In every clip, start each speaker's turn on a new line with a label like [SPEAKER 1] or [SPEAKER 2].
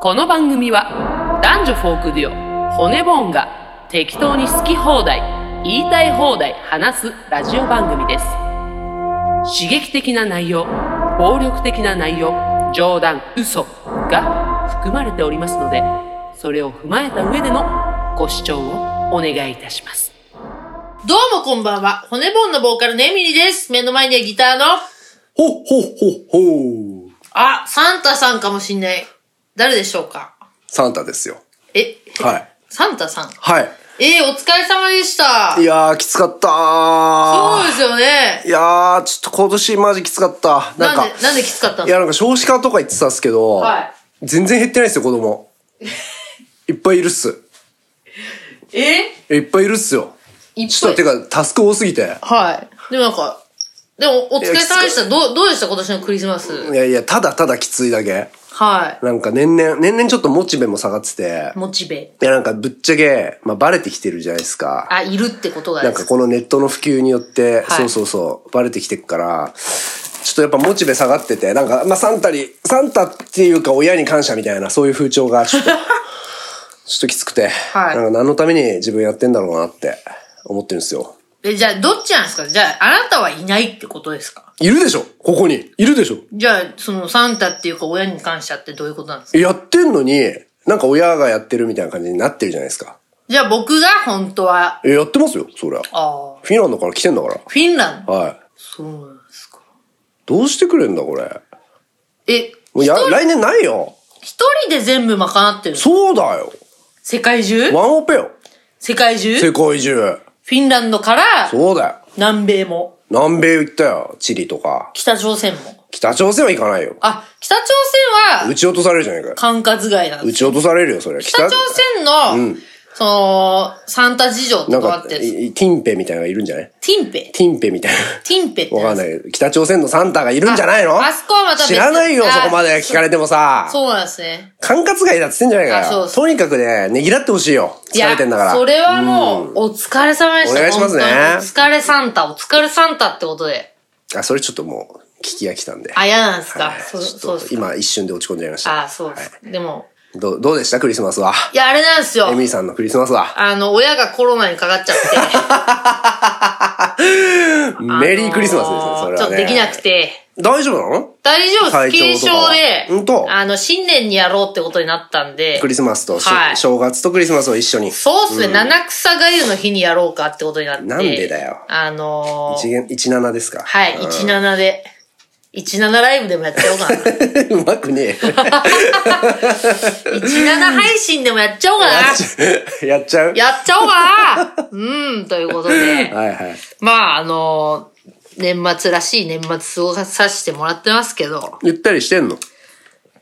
[SPEAKER 1] この番組は男女フォークデュオ骨ボンが適当に好き放題言いたい放題話すラジオ番組です刺激的な内容暴力的な内容冗談嘘が含まれておりますのでそれを踏まえた上でのご視聴をお願いいたします
[SPEAKER 2] どうもこんばんは。骨盆のボーカルのエミリです。目の前にはギターの、
[SPEAKER 3] ほっほっほっほー
[SPEAKER 2] あ、サンタさんかもしんない。誰でしょうか
[SPEAKER 3] サンタですよ。
[SPEAKER 2] え、
[SPEAKER 3] はい。
[SPEAKER 2] サンタさん。
[SPEAKER 3] はい。
[SPEAKER 2] えー、お疲れ様でした。
[SPEAKER 3] いやー、きつかった
[SPEAKER 2] そうで
[SPEAKER 3] ー。
[SPEAKER 2] すよね。
[SPEAKER 3] いやー、ちょっと今年マジきつかった。
[SPEAKER 2] な
[SPEAKER 3] なんんか、
[SPEAKER 2] で、なんできつかったん
[SPEAKER 3] い
[SPEAKER 2] です
[SPEAKER 3] や、なんか少子化とか言ってたんですけど、
[SPEAKER 2] はい
[SPEAKER 3] 全然減ってないですよ、子 供。いっぱいいるっす。
[SPEAKER 2] かえ
[SPEAKER 3] いっぱいいるっすよ。
[SPEAKER 2] いっ
[SPEAKER 3] ち
[SPEAKER 2] ぱ
[SPEAKER 3] ょ
[SPEAKER 2] い
[SPEAKER 3] っと、てか、タスク多すぎて。
[SPEAKER 2] はい。でもなんか、でも、お疲れ様でした。
[SPEAKER 3] い
[SPEAKER 2] どう、どうでした今年のクリスマス
[SPEAKER 3] い。やいや、ただただきついだけ。
[SPEAKER 2] は
[SPEAKER 3] なんか年々、年々ちょっとモチベも下がってて
[SPEAKER 2] い。、モチベ。
[SPEAKER 3] いや、なんかぶっちゃけ、まあ、バレてきてるじゃないですか。
[SPEAKER 2] あ、いるってことが
[SPEAKER 3] なん
[SPEAKER 2] で
[SPEAKER 3] か
[SPEAKER 2] す。
[SPEAKER 3] このネットの普及によっ
[SPEAKER 2] は
[SPEAKER 3] て、
[SPEAKER 2] い
[SPEAKER 3] そうそうそう、バレてきてっから、ちょっとやっぱモチベ下がってて、なんか、まあ、サンタに、サンタっていうか親に感謝みたいな、そういう風潮がちょ っと、ちょっときつくて、
[SPEAKER 2] はい
[SPEAKER 3] なんか何のために自分やってんだろうなって思ってるんですよ。
[SPEAKER 2] え、じゃあ、どっちなんですかじゃあ、あなたはいないってことですか
[SPEAKER 3] いるでしょここに。いるでしょ
[SPEAKER 2] じゃあ、その、サンタっていうか親に感謝ってどういうことなんですか
[SPEAKER 3] やってんのに、なんか親がやってるみたいな感じになってるじゃないですか。
[SPEAKER 2] じゃあ、僕が本当は、
[SPEAKER 3] え、やってますよ、そりゃ。
[SPEAKER 2] ああ。
[SPEAKER 3] フィンランドから来てんだから。
[SPEAKER 2] フィンランド。
[SPEAKER 3] はい。
[SPEAKER 2] そうなんですか。
[SPEAKER 3] どうしてくれんだ、これ。
[SPEAKER 2] え、
[SPEAKER 3] もうや、来年ないよ。
[SPEAKER 2] 一人で全部賄ってるの
[SPEAKER 3] そうだよ。
[SPEAKER 2] 世界中
[SPEAKER 3] ワンオペよ。
[SPEAKER 2] 世界中
[SPEAKER 3] 世
[SPEAKER 2] フ
[SPEAKER 3] 界中。
[SPEAKER 2] ィンランドから
[SPEAKER 3] そうだよ。
[SPEAKER 2] 南米も
[SPEAKER 3] 南米行ったよ。チリとか。
[SPEAKER 2] 北朝鮮も。
[SPEAKER 3] 北朝鮮は行かないよ。
[SPEAKER 2] あ、北朝鮮
[SPEAKER 3] 撃
[SPEAKER 2] は
[SPEAKER 3] ち落とされるじゃないか。
[SPEAKER 2] 管轄外なんで
[SPEAKER 3] 撃
[SPEAKER 2] す。
[SPEAKER 3] ち落とされるよ、それ。
[SPEAKER 2] 北朝鮮の、その、サンタ事情と
[SPEAKER 3] なん
[SPEAKER 2] かあっ
[SPEAKER 3] か、
[SPEAKER 2] て
[SPEAKER 3] い
[SPEAKER 2] るんです、
[SPEAKER 3] いティンペみたいなのがいるんじゃない
[SPEAKER 2] ティンペ。
[SPEAKER 3] ティンペみたい
[SPEAKER 2] ティンペって
[SPEAKER 3] な。わかん
[SPEAKER 2] な
[SPEAKER 3] なん
[SPEAKER 2] です
[SPEAKER 3] い。北朝鮮のサンタがいるんじゃないの
[SPEAKER 2] ああそこはまた別
[SPEAKER 3] 知らないよ、
[SPEAKER 2] あ
[SPEAKER 3] そこまで聞かれてもさ。
[SPEAKER 2] そうなんですね。
[SPEAKER 3] 管轄外だって言ってんじゃない
[SPEAKER 2] あ
[SPEAKER 3] か
[SPEAKER 2] そう
[SPEAKER 3] よ。
[SPEAKER 2] そう
[SPEAKER 3] とにかくね、ねぎらってほしいよ。
[SPEAKER 2] い
[SPEAKER 3] 疲
[SPEAKER 2] や
[SPEAKER 3] れてんだから。
[SPEAKER 2] それはもう、お疲れ様でした。
[SPEAKER 3] お願いしますね
[SPEAKER 2] 本当にお疲れサンタ、お疲れサンタってことで。
[SPEAKER 3] あ、それちょっともう、聞き飽きたんで。
[SPEAKER 2] あ、嫌なんですか。
[SPEAKER 3] はい
[SPEAKER 2] そう、
[SPEAKER 3] ちょっと
[SPEAKER 2] そうですか。
[SPEAKER 3] 今一瞬で落ち込んじゃいました。
[SPEAKER 2] ああ、そうです。でも、
[SPEAKER 3] どうどうでしたクリスマスは。
[SPEAKER 2] いや、あれなんですよ
[SPEAKER 3] エ。ミリーさんのクリスマスは。
[SPEAKER 2] あの、親がコロナにかかっちゃって。
[SPEAKER 3] メリークリスマスですね、それはね。
[SPEAKER 2] ちょっとできなくて。
[SPEAKER 3] 大丈夫なの
[SPEAKER 2] 大丈夫です。軽
[SPEAKER 3] 体調とか
[SPEAKER 2] 症
[SPEAKER 3] は
[SPEAKER 2] で、
[SPEAKER 3] 本当
[SPEAKER 2] あの、新年にやろうってことになったんで。
[SPEAKER 3] クリスマスとし、
[SPEAKER 2] はい
[SPEAKER 3] 正月とクリスマスを一緒に。
[SPEAKER 2] そうっすね、七草がゆの日にやろうかってことになって。
[SPEAKER 3] なんでだよ
[SPEAKER 2] あのー、
[SPEAKER 3] 一17ですか。
[SPEAKER 2] はい、
[SPEAKER 3] うん
[SPEAKER 2] 17で。17ライブでもやっちゃおうかな。
[SPEAKER 3] うま くね
[SPEAKER 2] 17配信でもやっちゃおうかな。
[SPEAKER 3] え。やっちゃう
[SPEAKER 2] やっちゃおうかな。うん、ということで。
[SPEAKER 3] はいはい。
[SPEAKER 2] まあ、あのー、年末らしい年末過ごさせてもらってますけど。
[SPEAKER 3] ゆったりしてんの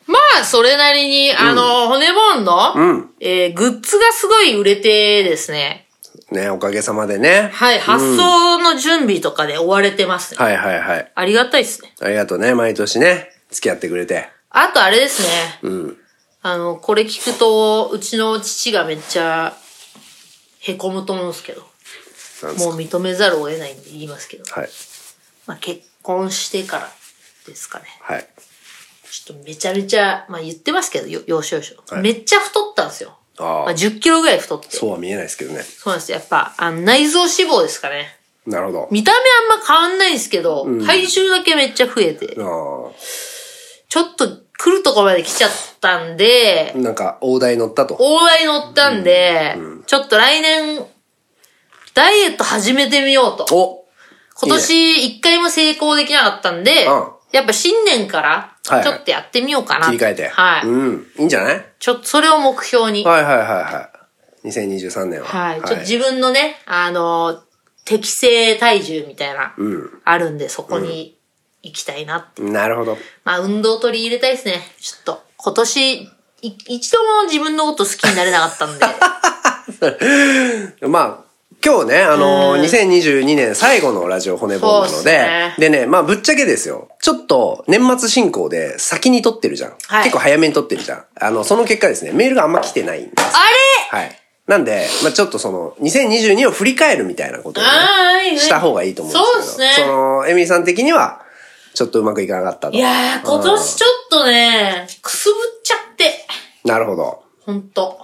[SPEAKER 2] まあ、それなりに、あの、骨ボンの、
[SPEAKER 3] ん
[SPEAKER 2] えーグッズがすごい売れてですね。
[SPEAKER 3] ね、おかげさまでね。
[SPEAKER 2] はい、発送の準備とかで追われてますね。
[SPEAKER 3] はいはいはい。
[SPEAKER 2] ありがたいですね。
[SPEAKER 3] ありがとうね、毎年ね。付き合ってくれて。
[SPEAKER 2] あとあれですね。あの、これ聞くと、うちの父がめっちゃ、へこむと思うんですけど。
[SPEAKER 3] なんです
[SPEAKER 2] もう認めざるを得ないんで言いますけど。
[SPEAKER 3] はい。
[SPEAKER 2] まあ、結婚してからですかね。
[SPEAKER 3] はい。
[SPEAKER 2] ちょっとめちゃめちゃ、まあ言ってますけど、よ要所要所。
[SPEAKER 3] はい
[SPEAKER 2] めっちゃ太ったんですよ。
[SPEAKER 3] あー
[SPEAKER 2] まあ、10キロぐらい太って。
[SPEAKER 3] そうは見えないですけどね。
[SPEAKER 2] そうなんですよ。やっぱ、あの内臓脂肪ですかね。
[SPEAKER 3] なるほ
[SPEAKER 2] 見た目あんま変わんないんですけど、体重だけめっちゃ増えて、
[SPEAKER 3] ど。
[SPEAKER 2] ちょっと来るとこまで来ちゃったんで
[SPEAKER 3] ああ。、なんか、大台乗ったと。
[SPEAKER 2] 大台乗ったんで、ちょっと来年、ダイエット始めてみようと。
[SPEAKER 3] お
[SPEAKER 2] 今年一回も成功できなかったんで、
[SPEAKER 3] うん
[SPEAKER 2] やっぱ新年から、ち
[SPEAKER 3] はいはい
[SPEAKER 2] ょっとやってみようかなと。
[SPEAKER 3] 切り替えて。
[SPEAKER 2] はい。
[SPEAKER 3] うん。いいんじゃない
[SPEAKER 2] ちょっとそれを目標に。
[SPEAKER 3] はいはいはいはい。2023年は。
[SPEAKER 2] はい。ちょっと自分のね、あの、適正体重みたいな、あるんで、そこに行きたいなって。
[SPEAKER 3] なるほど。
[SPEAKER 2] まあ、運動取り入れたいですね。ちょっと、今年、い一度も自分のこと好きになれなかった んで。
[SPEAKER 3] まあ、今日ね、あのー、2022年最後のラジオ骨盆な
[SPEAKER 2] そうっ
[SPEAKER 3] の
[SPEAKER 2] す
[SPEAKER 3] で、
[SPEAKER 2] ね
[SPEAKER 3] でね、まあぶっちゃけですよ。ちょっと年末進行で先に撮ってるじゃん。
[SPEAKER 2] はい
[SPEAKER 3] 結構早めに撮ってるじゃん。あの、その結果ですね、メールがあんま来てないんです。
[SPEAKER 2] あ
[SPEAKER 3] はい。なんで、まあちょっとその、2022を振り返るみたいなことをね、
[SPEAKER 2] れ、あ
[SPEAKER 3] した方が
[SPEAKER 2] い
[SPEAKER 3] いいと思うんですけ
[SPEAKER 2] そう
[SPEAKER 3] ど。
[SPEAKER 2] っすね
[SPEAKER 3] その、エミリさん的には、ちょっとうまくいかなかったと。
[SPEAKER 2] い。いやー、今年ちょっとね、くすぶっちゃって。
[SPEAKER 3] なるほど。
[SPEAKER 2] ほんと。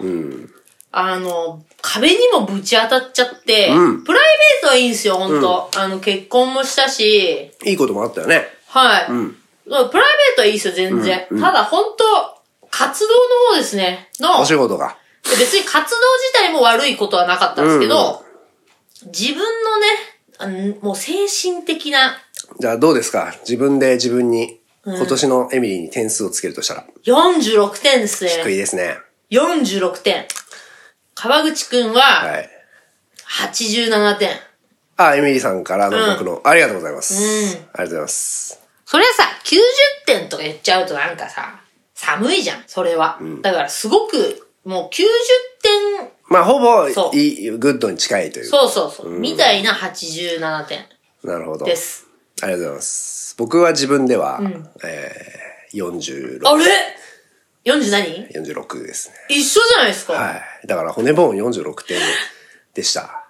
[SPEAKER 2] あの、壁にもぶち当たっちゃって、プライベートはいいんですよ、ほんと。あの、結婚もしたし、
[SPEAKER 3] いいこともあったよね。
[SPEAKER 2] はい。プライベートはいいですよ、全然。ただ、本当活動の方ですね。の、
[SPEAKER 3] お仕事が。
[SPEAKER 2] 別に活動自体も悪いことはなかったんですけど、自分のねあの、もう精神的な
[SPEAKER 3] じゃあどうですか自分で自分に、今年のエミリーに点数をつけるとしたら、
[SPEAKER 2] 46点です
[SPEAKER 3] 低い
[SPEAKER 2] ね。
[SPEAKER 3] ですね。
[SPEAKER 2] 46点。川口くんは
[SPEAKER 3] はい。
[SPEAKER 2] 87点。
[SPEAKER 3] あ、エミリーさんからの僕の、ありがとうございます、
[SPEAKER 2] うん
[SPEAKER 3] ありがとうございます。
[SPEAKER 2] それはさ、90点とか言っちゃうとなんかさ、寒いじゃん、それは。だからすごく、もう90点
[SPEAKER 3] まあ、ほぼい
[SPEAKER 2] そう
[SPEAKER 3] い、グッドに近いという。
[SPEAKER 2] そうそうそう。みたいな87点
[SPEAKER 3] なるほど。
[SPEAKER 2] です。
[SPEAKER 3] ありがとうございます。僕は自分では、えー、46、
[SPEAKER 2] あれ ?40 何
[SPEAKER 3] 46ですね。
[SPEAKER 2] 一緒じゃないですか。
[SPEAKER 3] はい。だから骨ボーン46点でした。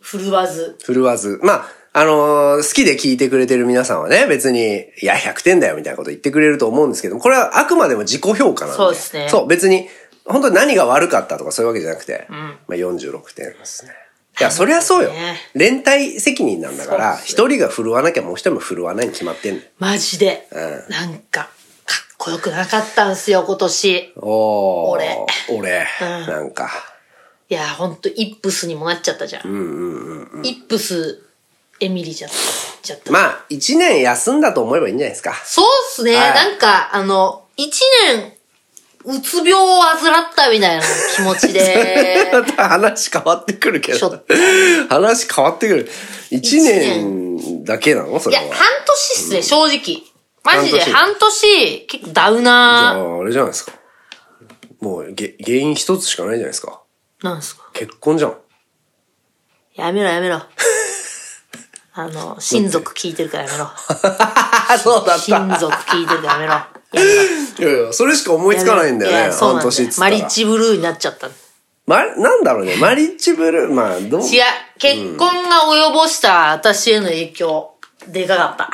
[SPEAKER 2] 振るわず。
[SPEAKER 3] 振るわず。まあ、あのー好きで聞いてくれてる皆さんはね、別に、いや、100点だよみたいなこと言ってくれると思うんですけど、これはあくまでも自己評価なんで。
[SPEAKER 2] そうですね
[SPEAKER 3] そう、別に、本当に何が悪かったとかそういうわけじゃなくて、まあ46点ですね。いや、そりゃそうよ。
[SPEAKER 2] ね
[SPEAKER 3] 連帯責任なんだから、
[SPEAKER 2] そうっす
[SPEAKER 3] 一、人が振るわなきゃもう一人も振るわないに決まってんの。
[SPEAKER 2] マジで。なんか、かっこよくなかったんすよ、今年。
[SPEAKER 3] おー。
[SPEAKER 2] 俺。
[SPEAKER 3] 俺。
[SPEAKER 2] うん
[SPEAKER 3] なんか。
[SPEAKER 2] いや、ほんと、イップスにもなっちゃったじゃん。イップス、エミリーじゃ、ちゃった。
[SPEAKER 3] まあ、一年休んだと思えばいいんじゃないですか。
[SPEAKER 2] そうっすね。
[SPEAKER 3] はい
[SPEAKER 2] なんか、あの、一年、うつ病を患ったみたいな気持ち
[SPEAKER 3] ま
[SPEAKER 2] で。
[SPEAKER 3] た話変わってくるけ
[SPEAKER 2] ちょ
[SPEAKER 3] ど
[SPEAKER 2] っ。
[SPEAKER 3] 話変わってくる。一年だけなのそ
[SPEAKER 2] い
[SPEAKER 3] れ
[SPEAKER 2] や、
[SPEAKER 3] は。
[SPEAKER 2] 半年っすね、正直。マジで
[SPEAKER 3] 半
[SPEAKER 2] 半年、結構ダウ
[SPEAKER 3] じゃ
[SPEAKER 2] ナ
[SPEAKER 3] あ、あれじゃないですか。もう、げ原因一つしかないじゃないですか。
[SPEAKER 2] ー。なんすか
[SPEAKER 3] 結婚じゃん。
[SPEAKER 2] やめろやめろ。 あの、親族聞いてるからやめろ。
[SPEAKER 3] あ、 そうだった。
[SPEAKER 2] 親族聞いてるからやめ ろ。やめろ
[SPEAKER 3] いやいや、それしか思いつかないんだよ
[SPEAKER 2] や
[SPEAKER 3] ね。
[SPEAKER 2] やそう
[SPEAKER 3] 半
[SPEAKER 2] なんだ
[SPEAKER 3] 年っ
[SPEAKER 2] よ
[SPEAKER 3] つった
[SPEAKER 2] マ
[SPEAKER 3] ら。
[SPEAKER 2] リッジブルーになっちゃった。違う。
[SPEAKER 3] まなんだろうね。マリッジブルー。まあ、どう
[SPEAKER 2] 結婚が及ぼした私への影響、でかかった。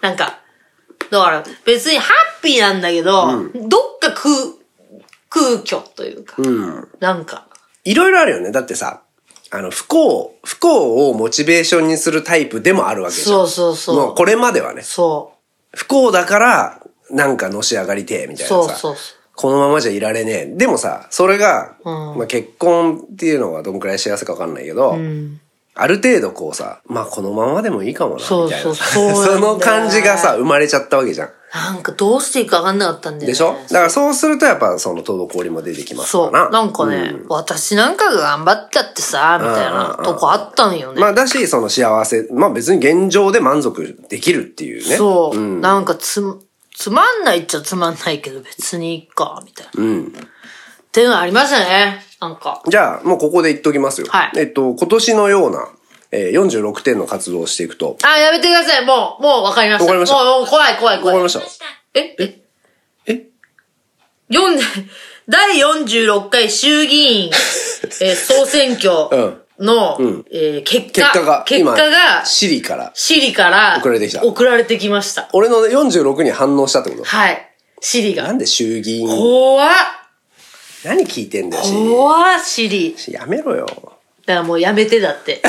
[SPEAKER 2] なんか、だから別にハッピーなんだけど、どっか空、空虚というか、なんか、
[SPEAKER 3] いろいろあるよね。だってさ、あの、不幸、不幸をモチベーションにするタイプでもあるわけじゃん。
[SPEAKER 2] そうそう
[SPEAKER 3] も
[SPEAKER 2] そう
[SPEAKER 3] これまではね
[SPEAKER 2] う。。そ
[SPEAKER 3] 不幸だから、なんかのし上がりてえ、みた
[SPEAKER 2] う。
[SPEAKER 3] い
[SPEAKER 2] そう
[SPEAKER 3] なさ。
[SPEAKER 2] そうそう。
[SPEAKER 3] このままじゃいられねえ。でもさ、それが、
[SPEAKER 2] ん
[SPEAKER 3] まあ、結婚っていうのはどんくらい幸せかわかんないけど、ある程度こうさ、まあこのままでもいいかもな、みたい
[SPEAKER 2] そ
[SPEAKER 3] な。
[SPEAKER 2] うそうそうなんだよね
[SPEAKER 3] その感じがさ、生まれちゃったわけじゃん。
[SPEAKER 2] なんかどうしていいか分かんなかったんだよね。
[SPEAKER 3] でしょだからそうするとやっぱその滞りも出てきます
[SPEAKER 2] そ
[SPEAKER 3] か
[SPEAKER 2] う。
[SPEAKER 3] らな。
[SPEAKER 2] なんかね、私なんかが頑張ったってさ、みたいなとこあったんよね。
[SPEAKER 3] まあだし、その幸せ、まあ別に現状で満足できるっていうね。
[SPEAKER 2] そう、なんかつ、つまんないっちゃつまんないけど別にいいか、みたいな。っていうのありましたね。なんか。
[SPEAKER 3] じゃあ、もうここで言っときますよ。
[SPEAKER 2] はい
[SPEAKER 3] えっと、今年のような、えー、46点の活動をしていくと、
[SPEAKER 2] あ、やめてください。もう、もうわかりました。
[SPEAKER 3] わかりました
[SPEAKER 2] もう、もう怖い怖い
[SPEAKER 3] わ
[SPEAKER 2] 怖
[SPEAKER 3] か
[SPEAKER 2] い。
[SPEAKER 3] りました。
[SPEAKER 2] ええ
[SPEAKER 3] え
[SPEAKER 2] 四第46回衆議 院、えー総選挙の、えー結果
[SPEAKER 3] 結果が、
[SPEAKER 2] 結果が
[SPEAKER 3] 今、シリから。
[SPEAKER 2] シリから
[SPEAKER 3] 送られてきた
[SPEAKER 2] 送られてきました。
[SPEAKER 3] 俺の46に反応したってこと
[SPEAKER 2] はい。シリ
[SPEAKER 3] な
[SPEAKER 2] が。
[SPEAKER 3] んで衆議院、
[SPEAKER 2] 怖っ
[SPEAKER 3] 何聞いてんだよ、
[SPEAKER 2] 怖っ、シリ。
[SPEAKER 3] しやめろ よ。
[SPEAKER 2] だからもうやめてだ って。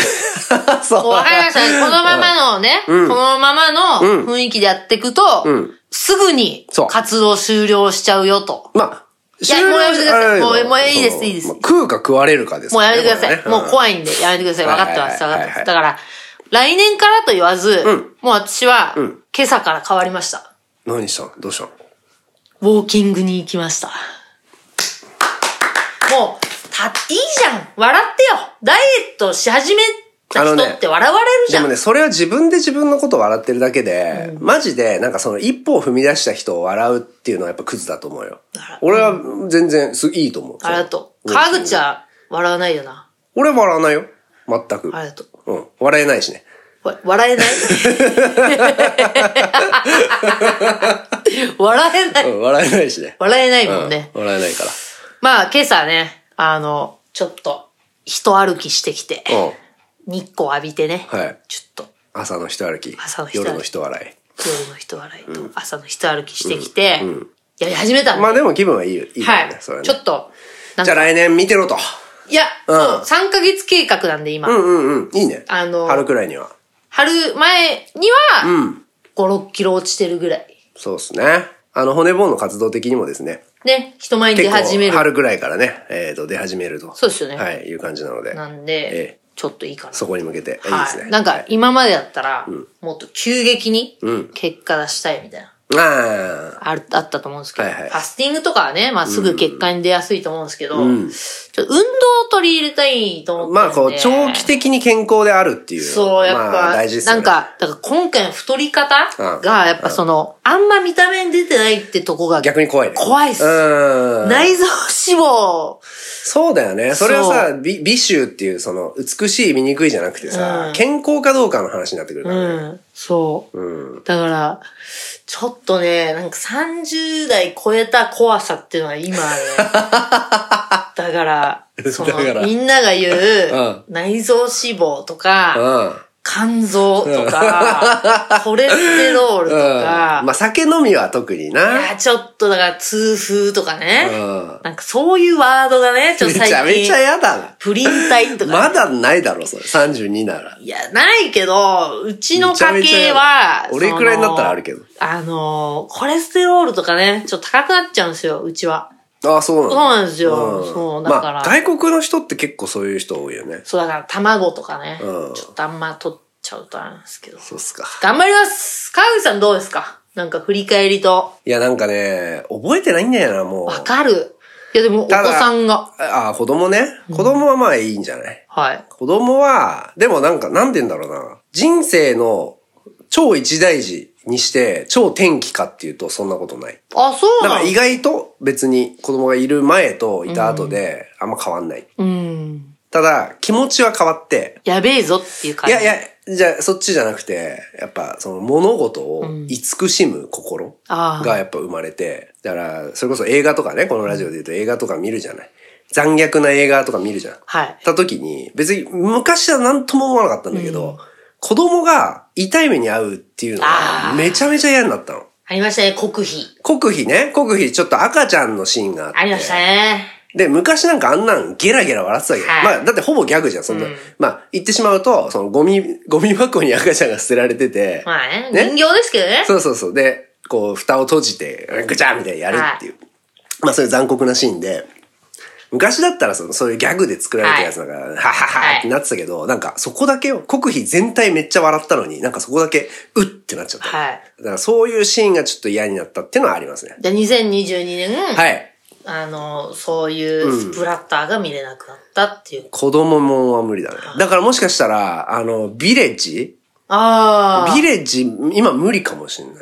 [SPEAKER 3] そう。
[SPEAKER 2] もうわかりました。このままのね、このままの雰囲気でやっていくと、すぐに
[SPEAKER 3] そう
[SPEAKER 2] 活動終了しちゃうよと。
[SPEAKER 3] ま あ、
[SPEAKER 2] いや
[SPEAKER 3] 終了
[SPEAKER 2] もうやめてください
[SPEAKER 3] あれだけど
[SPEAKER 2] もうもういいです
[SPEAKER 3] その
[SPEAKER 2] いいです
[SPEAKER 3] まあ食うか食われるかです
[SPEAKER 2] もう
[SPEAKER 3] ら
[SPEAKER 2] や
[SPEAKER 3] ね、
[SPEAKER 2] めてください。もう
[SPEAKER 3] い。
[SPEAKER 2] 怖いんで、やめてください。
[SPEAKER 3] はい
[SPEAKER 2] 分
[SPEAKER 3] は
[SPEAKER 2] か
[SPEAKER 3] い
[SPEAKER 2] ってます。分
[SPEAKER 3] はい
[SPEAKER 2] か
[SPEAKER 3] は
[SPEAKER 2] っ
[SPEAKER 3] い
[SPEAKER 2] てます。だから、来年からと言わず、もう私は、
[SPEAKER 3] ん
[SPEAKER 2] 今朝から変わりました。
[SPEAKER 3] 何したのどうしたの
[SPEAKER 2] ウォーキングに行きました。もう、た、いいじゃん笑ってよダイエットし始めた人って笑われるじ
[SPEAKER 3] で
[SPEAKER 2] ゃん、
[SPEAKER 3] もね、それは自分で自分のことを笑ってるだけで、マジで、なんかその一歩を踏み出した人を笑うっていうのはやっぱクズだと思うよ
[SPEAKER 2] あら。
[SPEAKER 3] 俺は全然す、いいと思う。
[SPEAKER 2] ありがとう。
[SPEAKER 3] その
[SPEAKER 2] 川口は笑わないよな。
[SPEAKER 3] 俺は笑わないよ。全く。
[SPEAKER 2] ありがとう。
[SPEAKER 3] うん。笑えないしね。
[SPEAKER 2] わ笑え ない笑えな
[SPEAKER 3] う
[SPEAKER 2] い。
[SPEAKER 3] ん、笑えないしね。
[SPEAKER 2] 笑えない
[SPEAKER 3] うん
[SPEAKER 2] もんね。
[SPEAKER 3] 笑えないから。
[SPEAKER 2] まあ今朝ね、あの、ちょっと、人歩きしてきて、
[SPEAKER 3] うん。
[SPEAKER 2] 日光浴びてね、
[SPEAKER 3] はい
[SPEAKER 2] ちょっと、
[SPEAKER 3] 朝の人歩き。
[SPEAKER 2] 朝の人歩き
[SPEAKER 3] 夜の人笑い。
[SPEAKER 2] 夜の人笑いと、朝の人歩きしてきて、やり始めたんで。
[SPEAKER 3] まあでも気分はいいよ。いいよね、
[SPEAKER 2] はい。
[SPEAKER 3] それはね
[SPEAKER 2] ちょっと、なん
[SPEAKER 3] じゃあ
[SPEAKER 2] か、
[SPEAKER 3] 来年見てろと。
[SPEAKER 2] いや、
[SPEAKER 3] うん
[SPEAKER 2] そう、3ヶ月計画なんで今。
[SPEAKER 3] うんうんうん。いいね。
[SPEAKER 2] あの
[SPEAKER 3] 春くらいには。
[SPEAKER 2] 春前には、5、6キロ落ちてるぐらい。
[SPEAKER 3] そうですね。あの、骨棒の活動的にもですね。
[SPEAKER 2] ね、人前に出
[SPEAKER 3] 結
[SPEAKER 2] 始め
[SPEAKER 3] 構、
[SPEAKER 2] る。
[SPEAKER 3] 春くらいからね、えっ、と、出始めると。
[SPEAKER 2] そうですよね
[SPEAKER 3] はい、いう感じなので。
[SPEAKER 2] なん
[SPEAKER 3] え
[SPEAKER 2] で
[SPEAKER 3] え、
[SPEAKER 2] ちょっといいかな。
[SPEAKER 3] そこに向けて、い、いです
[SPEAKER 2] はい。
[SPEAKER 3] ね。
[SPEAKER 2] なんか、今までだったら、もっと急激に、結果出したいみたいな。
[SPEAKER 3] あ
[SPEAKER 2] あるあったと思うんですけど、
[SPEAKER 3] はいはい
[SPEAKER 2] ファスティングとかはね、まあ、すぐ結果に出やすいと思うんですけど、ちょっと運動を取り入れたいと思って
[SPEAKER 3] あ。まあ、こう、長期
[SPEAKER 2] 的
[SPEAKER 3] 的に健康であるっていう。
[SPEAKER 2] そう、やっぱ、
[SPEAKER 3] まあ、大事ですよ
[SPEAKER 2] な
[SPEAKER 3] ね。
[SPEAKER 2] んか、だから今回の太り方が、やっぱその、あんま見た目に出てないってとこが、
[SPEAKER 3] 逆に怖いね。
[SPEAKER 2] 怖いっす
[SPEAKER 3] うん。
[SPEAKER 2] 内臓脂肪、
[SPEAKER 3] そうだよね。それは
[SPEAKER 2] そ
[SPEAKER 3] さ、美美醜っていう、その、美しい、醜いじゃなくてさ、
[SPEAKER 2] うん
[SPEAKER 3] 健康かどうかの話になってくるか
[SPEAKER 2] う
[SPEAKER 3] らね。
[SPEAKER 2] ん、そう。
[SPEAKER 3] うん。
[SPEAKER 2] だから、ちょっとね、なんか30代超えた怖さっていうのは今あるね。 だから、その
[SPEAKER 3] だから
[SPEAKER 2] みんなが言う、
[SPEAKER 3] ん
[SPEAKER 2] 内臓脂肪と
[SPEAKER 3] う
[SPEAKER 2] か、
[SPEAKER 3] ん。
[SPEAKER 2] 肝臓と か、コレステロールとか、
[SPEAKER 3] うんまあ、酒飲みは特
[SPEAKER 2] い
[SPEAKER 3] に
[SPEAKER 2] や、
[SPEAKER 3] な。
[SPEAKER 2] ちょっとだから痛風とかね、
[SPEAKER 3] うん
[SPEAKER 2] なんかそういうワードがね、ちょっ
[SPEAKER 3] め
[SPEAKER 2] と最
[SPEAKER 3] ち
[SPEAKER 2] 近、
[SPEAKER 3] ゃめちゃ嫌だな。
[SPEAKER 2] プリン体とか、
[SPEAKER 3] まだないだろ、それ。32なら。
[SPEAKER 2] いや、ないけど、うちの
[SPEAKER 3] めちゃ
[SPEAKER 2] 家
[SPEAKER 3] めちゃ
[SPEAKER 2] 系
[SPEAKER 3] やだ
[SPEAKER 2] は、
[SPEAKER 3] 俺くらいになったらあるけど。
[SPEAKER 2] あのー、コレステロールとかね、ちょっと高くなっちゃうんですよ、うちは。
[SPEAKER 3] ああ、そうなんだ。
[SPEAKER 2] そうなんですよそうだから
[SPEAKER 3] まあ、外国の人って結構そういう人多いよね。
[SPEAKER 2] そうだから卵とかね、
[SPEAKER 3] うん
[SPEAKER 2] ちょっとあんま取っちゃうとあれなんですけど。
[SPEAKER 3] そうっすか。
[SPEAKER 2] 頑張ります川口さんどうですかなんか振り返りと。
[SPEAKER 3] いや、なんかね、覚えてないんだよな、もう。
[SPEAKER 2] わかる。いやでも、お子
[SPEAKER 3] ただ
[SPEAKER 2] さんが。
[SPEAKER 3] ああ、子供ね。子供はまあいいんじゃない、
[SPEAKER 2] はい。
[SPEAKER 3] 子供は、でもなんか、なんて言うんだろうな。人生の超一大事にして、超転機かっていうと、そんなことない。
[SPEAKER 2] あ、そうな
[SPEAKER 3] だから
[SPEAKER 2] の
[SPEAKER 3] 意外と別に子供がいる前といた後で、あんま変わんない。
[SPEAKER 2] うん。
[SPEAKER 3] ただ、気持ちは変わって、
[SPEAKER 2] やべえぞっていう感
[SPEAKER 3] い
[SPEAKER 2] じ。
[SPEAKER 3] やいや、じゃあそっちじゃなくて、やっぱその物事を慈しむ心
[SPEAKER 2] あー
[SPEAKER 3] がやっぱ生まれて、だからそれこそ映画とかね、このラジオで言うと映画とか見るじゃない。残虐な映画とか見るじゃん。
[SPEAKER 2] はい。
[SPEAKER 3] た時に、別に昔は何とも思わなかったんだけど、子供が痛い目に遭うっていうの
[SPEAKER 2] あ
[SPEAKER 3] が
[SPEAKER 2] ー
[SPEAKER 3] めちゃめちゃ嫌になったの。
[SPEAKER 2] ありましたね、国費。
[SPEAKER 3] 国費ね、国費ちょっと赤ちゃんのシーンがあって。
[SPEAKER 2] ありましたね。
[SPEAKER 3] で、昔なんかあんなんゲラゲラ笑ってたけど、
[SPEAKER 2] はい
[SPEAKER 3] まあ、だってほぼギャグじゃん、そんな。
[SPEAKER 2] うん
[SPEAKER 3] まあ、言ってしまうと、そのゴミ、 ゴミ箱に赤ちゃんが捨てられてて、
[SPEAKER 2] まあね、
[SPEAKER 3] ね
[SPEAKER 2] 人形ですけど ね。
[SPEAKER 3] そうそうそう。で、こう、蓋を閉じて、ぐちゃーみたいにやるっていう。まあ、そういう残酷なシーンで、昔だったらその、そういうギャグで作られたやつだから、ははは
[SPEAKER 2] はい
[SPEAKER 3] ってなってたけど、なんかそこだけよ、国費全体めっちゃ笑ったのに、なんかそこだけ、うってなっちゃった。
[SPEAKER 2] はい
[SPEAKER 3] だからそういうシーンがちょっと嫌になったっていうのはありますね。
[SPEAKER 2] じゃあ2022年、
[SPEAKER 3] はい。
[SPEAKER 2] あの、そういうスプラッターが見れなくなったっていう。
[SPEAKER 3] 子供もは無理だね。だからもしかしたら、あの、ビレッジ
[SPEAKER 2] ああ。
[SPEAKER 3] ビレッジ、今無理かもしれない。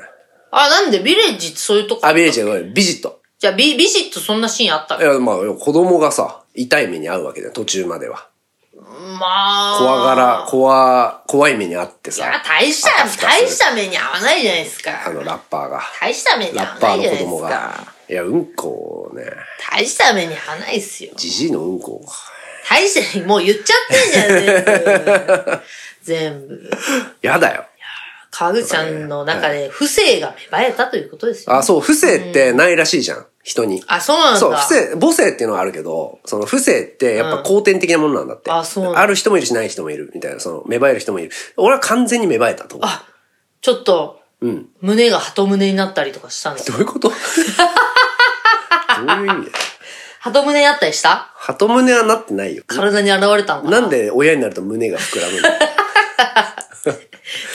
[SPEAKER 2] あ、なんでビレッジってそういうとこ
[SPEAKER 3] あ、ビレッジじゃない、ビジット。
[SPEAKER 2] じゃあビ、ビシッとそんなシーンあった
[SPEAKER 3] い
[SPEAKER 2] の
[SPEAKER 3] や、まあ、子供がさ、痛い目に遭うわけだよ、途中までは。
[SPEAKER 2] まあ。
[SPEAKER 3] 怖がら、怖、怖い目に遭って
[SPEAKER 2] いや
[SPEAKER 3] さ、、
[SPEAKER 2] 大し
[SPEAKER 3] あ
[SPEAKER 2] た
[SPEAKER 3] たふ、たする
[SPEAKER 2] 大した目に合わないじゃないです
[SPEAKER 3] あ
[SPEAKER 2] か。
[SPEAKER 3] の、ラッパーが。
[SPEAKER 2] 大した目に
[SPEAKER 3] ラ
[SPEAKER 2] 合
[SPEAKER 3] ッ
[SPEAKER 2] わ
[SPEAKER 3] パ
[SPEAKER 2] な
[SPEAKER 3] ー
[SPEAKER 2] い
[SPEAKER 3] の
[SPEAKER 2] じゃない
[SPEAKER 3] 子
[SPEAKER 2] です
[SPEAKER 3] 供が
[SPEAKER 2] か。。
[SPEAKER 3] いや、うんこをね、
[SPEAKER 2] 大した目に合わないっすよ。
[SPEAKER 3] じじいのうんこ
[SPEAKER 2] 大した、もう言っちゃってんじゃん、全部。全部。
[SPEAKER 3] やだよ。
[SPEAKER 2] 川口さんの中で不正が芽生えたということですよ、
[SPEAKER 3] あ、そう、不正ってないらしいじゃん、人に。
[SPEAKER 2] あ、そうなんだ。
[SPEAKER 3] そう、不正、母性っていうのはあるけど、その不正ってやっぱ後天的なものなんだって。
[SPEAKER 2] うんあそうなんだ
[SPEAKER 3] ある人もいるしない人もいるみたいな、その芽生える人もいる。俺は完全に芽生えたと思う。
[SPEAKER 2] あ、ちょっと、
[SPEAKER 3] うん。
[SPEAKER 2] 胸が鳩胸になったりとかしたんです
[SPEAKER 3] ど
[SPEAKER 2] よ。
[SPEAKER 3] ういうことどういう意味だよ。
[SPEAKER 2] 鳩胸になったりした
[SPEAKER 3] 鳩胸はなってないよ。
[SPEAKER 2] 体に現れたのかな
[SPEAKER 3] なんで親になると胸が膨ら むのい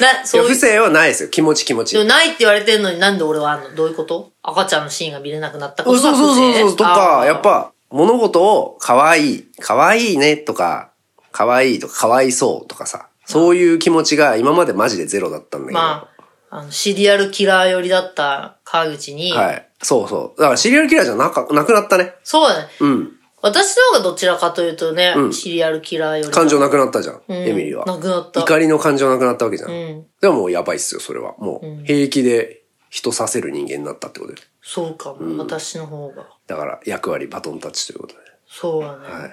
[SPEAKER 2] な、
[SPEAKER 3] や
[SPEAKER 2] そうい
[SPEAKER 3] 不
[SPEAKER 2] う
[SPEAKER 3] 正はないですよ。気持ち気持ち。
[SPEAKER 2] でもないって言われてんのになんで俺はあんのどういうこと赤ちゃんのシーンが見れなくなったこ
[SPEAKER 3] そう
[SPEAKER 2] と
[SPEAKER 3] そうそうそうそう。と
[SPEAKER 2] あ
[SPEAKER 3] か、
[SPEAKER 2] ー
[SPEAKER 3] やっぱ、物事を可愛い、可愛いねとか、可愛いとか、可哀そうとかさ。そういう気持ちが今までマジでゼロだったんだけど。
[SPEAKER 2] まあ、あの、シリアルキラー寄りだった川口に、
[SPEAKER 3] はい。そうそう。だからシリアルキラーじゃなかなくなったね。
[SPEAKER 2] そうだね。
[SPEAKER 3] うん。
[SPEAKER 2] 私の方がどちらかというとね、シリアルキラー寄りだ。
[SPEAKER 3] 感情なくなったじゃん、エミリーは。
[SPEAKER 2] なくなった
[SPEAKER 3] 怒りの感情なくなったわけじゃん。
[SPEAKER 2] ん
[SPEAKER 3] でももうやばいっすよ、それは。もう、平気で人させる人間になったってことで。
[SPEAKER 2] そうかも、私の方が。
[SPEAKER 3] だから、役割バトンタッチということで。
[SPEAKER 2] そうだね。
[SPEAKER 3] はい。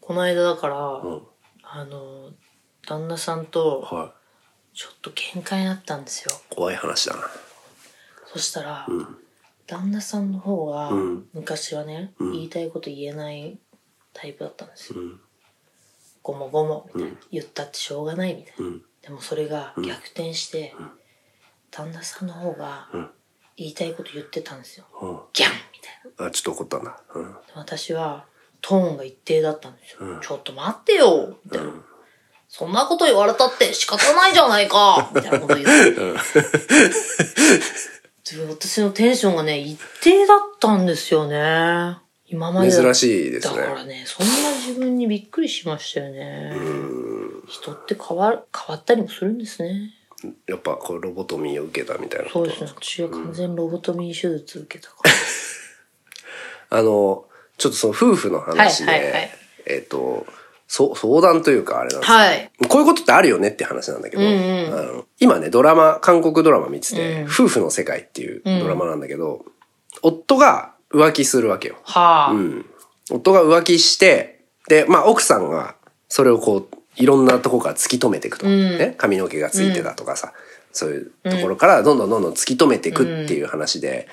[SPEAKER 2] この間だから、
[SPEAKER 3] ん
[SPEAKER 2] あの、旦那さんと、
[SPEAKER 3] は
[SPEAKER 2] ちょっと喧嘩になったんですよ。
[SPEAKER 3] い。怖い話だな。
[SPEAKER 2] そしたら、旦那さんの方が
[SPEAKER 3] ん
[SPEAKER 2] 昔はね、言いたいこと言えないタイプだったんですよ、
[SPEAKER 3] うん
[SPEAKER 2] ごもごもみたいな、言ったってしょうがないみたいな、
[SPEAKER 3] うん
[SPEAKER 2] でもそれが逆転して、旦那さんの方が
[SPEAKER 3] ん
[SPEAKER 2] 言いたいこと言ってたんですよ、
[SPEAKER 3] うん
[SPEAKER 2] ギャンみたいな
[SPEAKER 3] あちょっと怒ったんだうん
[SPEAKER 2] で私はトーンが一定だったんですよ、ちょっと待ってよみたいな、そんなこと言われたって仕方ないじゃない かみたいなこと言ってで私のテンションがね、一定だったんですよね。今まで。
[SPEAKER 3] 珍しいですね
[SPEAKER 2] だからね、そんな自分にびっくりしましたよね。人って変わる、変わったりもするんですね。
[SPEAKER 3] やっぱこうロボトミーを受けたみたいな
[SPEAKER 2] そ
[SPEAKER 3] こ
[SPEAKER 2] う
[SPEAKER 3] と
[SPEAKER 2] ですね。私は完全ロボトミー手術受けたから。
[SPEAKER 3] あのちょっとその夫婦の話で、
[SPEAKER 2] はいはいはい
[SPEAKER 3] えっ、とそ相談というかあれなんですけど
[SPEAKER 2] はい。
[SPEAKER 3] こういうことってあるよねって話なんだけど、
[SPEAKER 2] うんうん
[SPEAKER 3] あの今ね、ドラマ、韓国ドラマ見てて、
[SPEAKER 2] うん
[SPEAKER 3] 夫婦の世界っていうドラマなんだけど、夫が浮気するわけよ。
[SPEAKER 2] はあ。
[SPEAKER 3] うん。夫が浮気して、で、まあ奥さんがそれをこう、いろんなとこから突き止めていくと。ね、髪の毛がついてたとかさ、そういうところからどんどんどんどん突き止めていくっていう話で、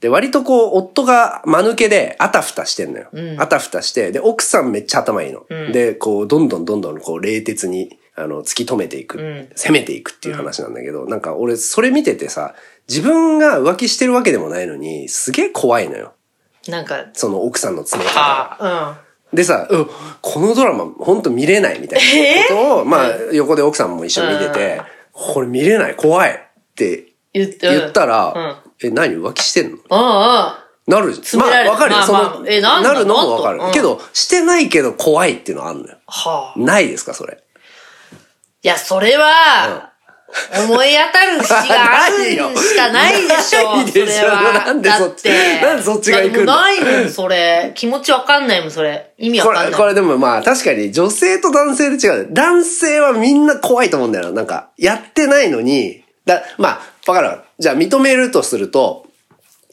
[SPEAKER 3] で、割とこう、夫が間抜けで、あたふたしてんのよ。あたふたして、で、奥さんめっちゃ頭いいの。で、こう、どんどんどんどん、こう、冷徹に、あの、突き止めていく、攻めていくっていう話なんだけど、なんか俺、それ見ててさ、自分が浮気してるわけでもないのに、すげえ怖いのよ。
[SPEAKER 2] なんか、
[SPEAKER 3] その奥さんの詰め方が。
[SPEAKER 2] はあ。
[SPEAKER 3] でさ、うんこのドラマほんと見れないみたいなことを、まあ横で奥さんも一緒に見てて、これ見れない、怖いって
[SPEAKER 2] うん。言って
[SPEAKER 3] 言ったら、
[SPEAKER 2] うん。うんうん。
[SPEAKER 3] え、何浮気してんの
[SPEAKER 2] あ
[SPEAKER 3] なるじゃん。
[SPEAKER 2] められる
[SPEAKER 3] まあわかるよ。
[SPEAKER 2] まあ
[SPEAKER 3] そ
[SPEAKER 2] まあ
[SPEAKER 3] の、
[SPEAKER 2] えなんだ
[SPEAKER 3] なるのもわかる
[SPEAKER 2] なんだ。
[SPEAKER 3] けど、してないけど怖いっていうのはあんのよ。
[SPEAKER 2] はあ。
[SPEAKER 3] ないですか、それ。
[SPEAKER 2] いや、それは、思い当たる節があるしかないでしょ。
[SPEAKER 3] ないでしょ
[SPEAKER 2] それは。
[SPEAKER 3] なんでそっち
[SPEAKER 2] だて
[SPEAKER 3] なんでそっちが行くんだ
[SPEAKER 2] もうないもん、それ。気持ちわかんないもん、それ。意味わ
[SPEAKER 3] こ
[SPEAKER 2] かん
[SPEAKER 3] れ、
[SPEAKER 2] ない。
[SPEAKER 3] これでもまあ確かに女性と男性で違う。男性はみんな怖いと思うんだよな。なんか、やってないのに、だ、まあ、わかるわ。じゃあ認めるとすると、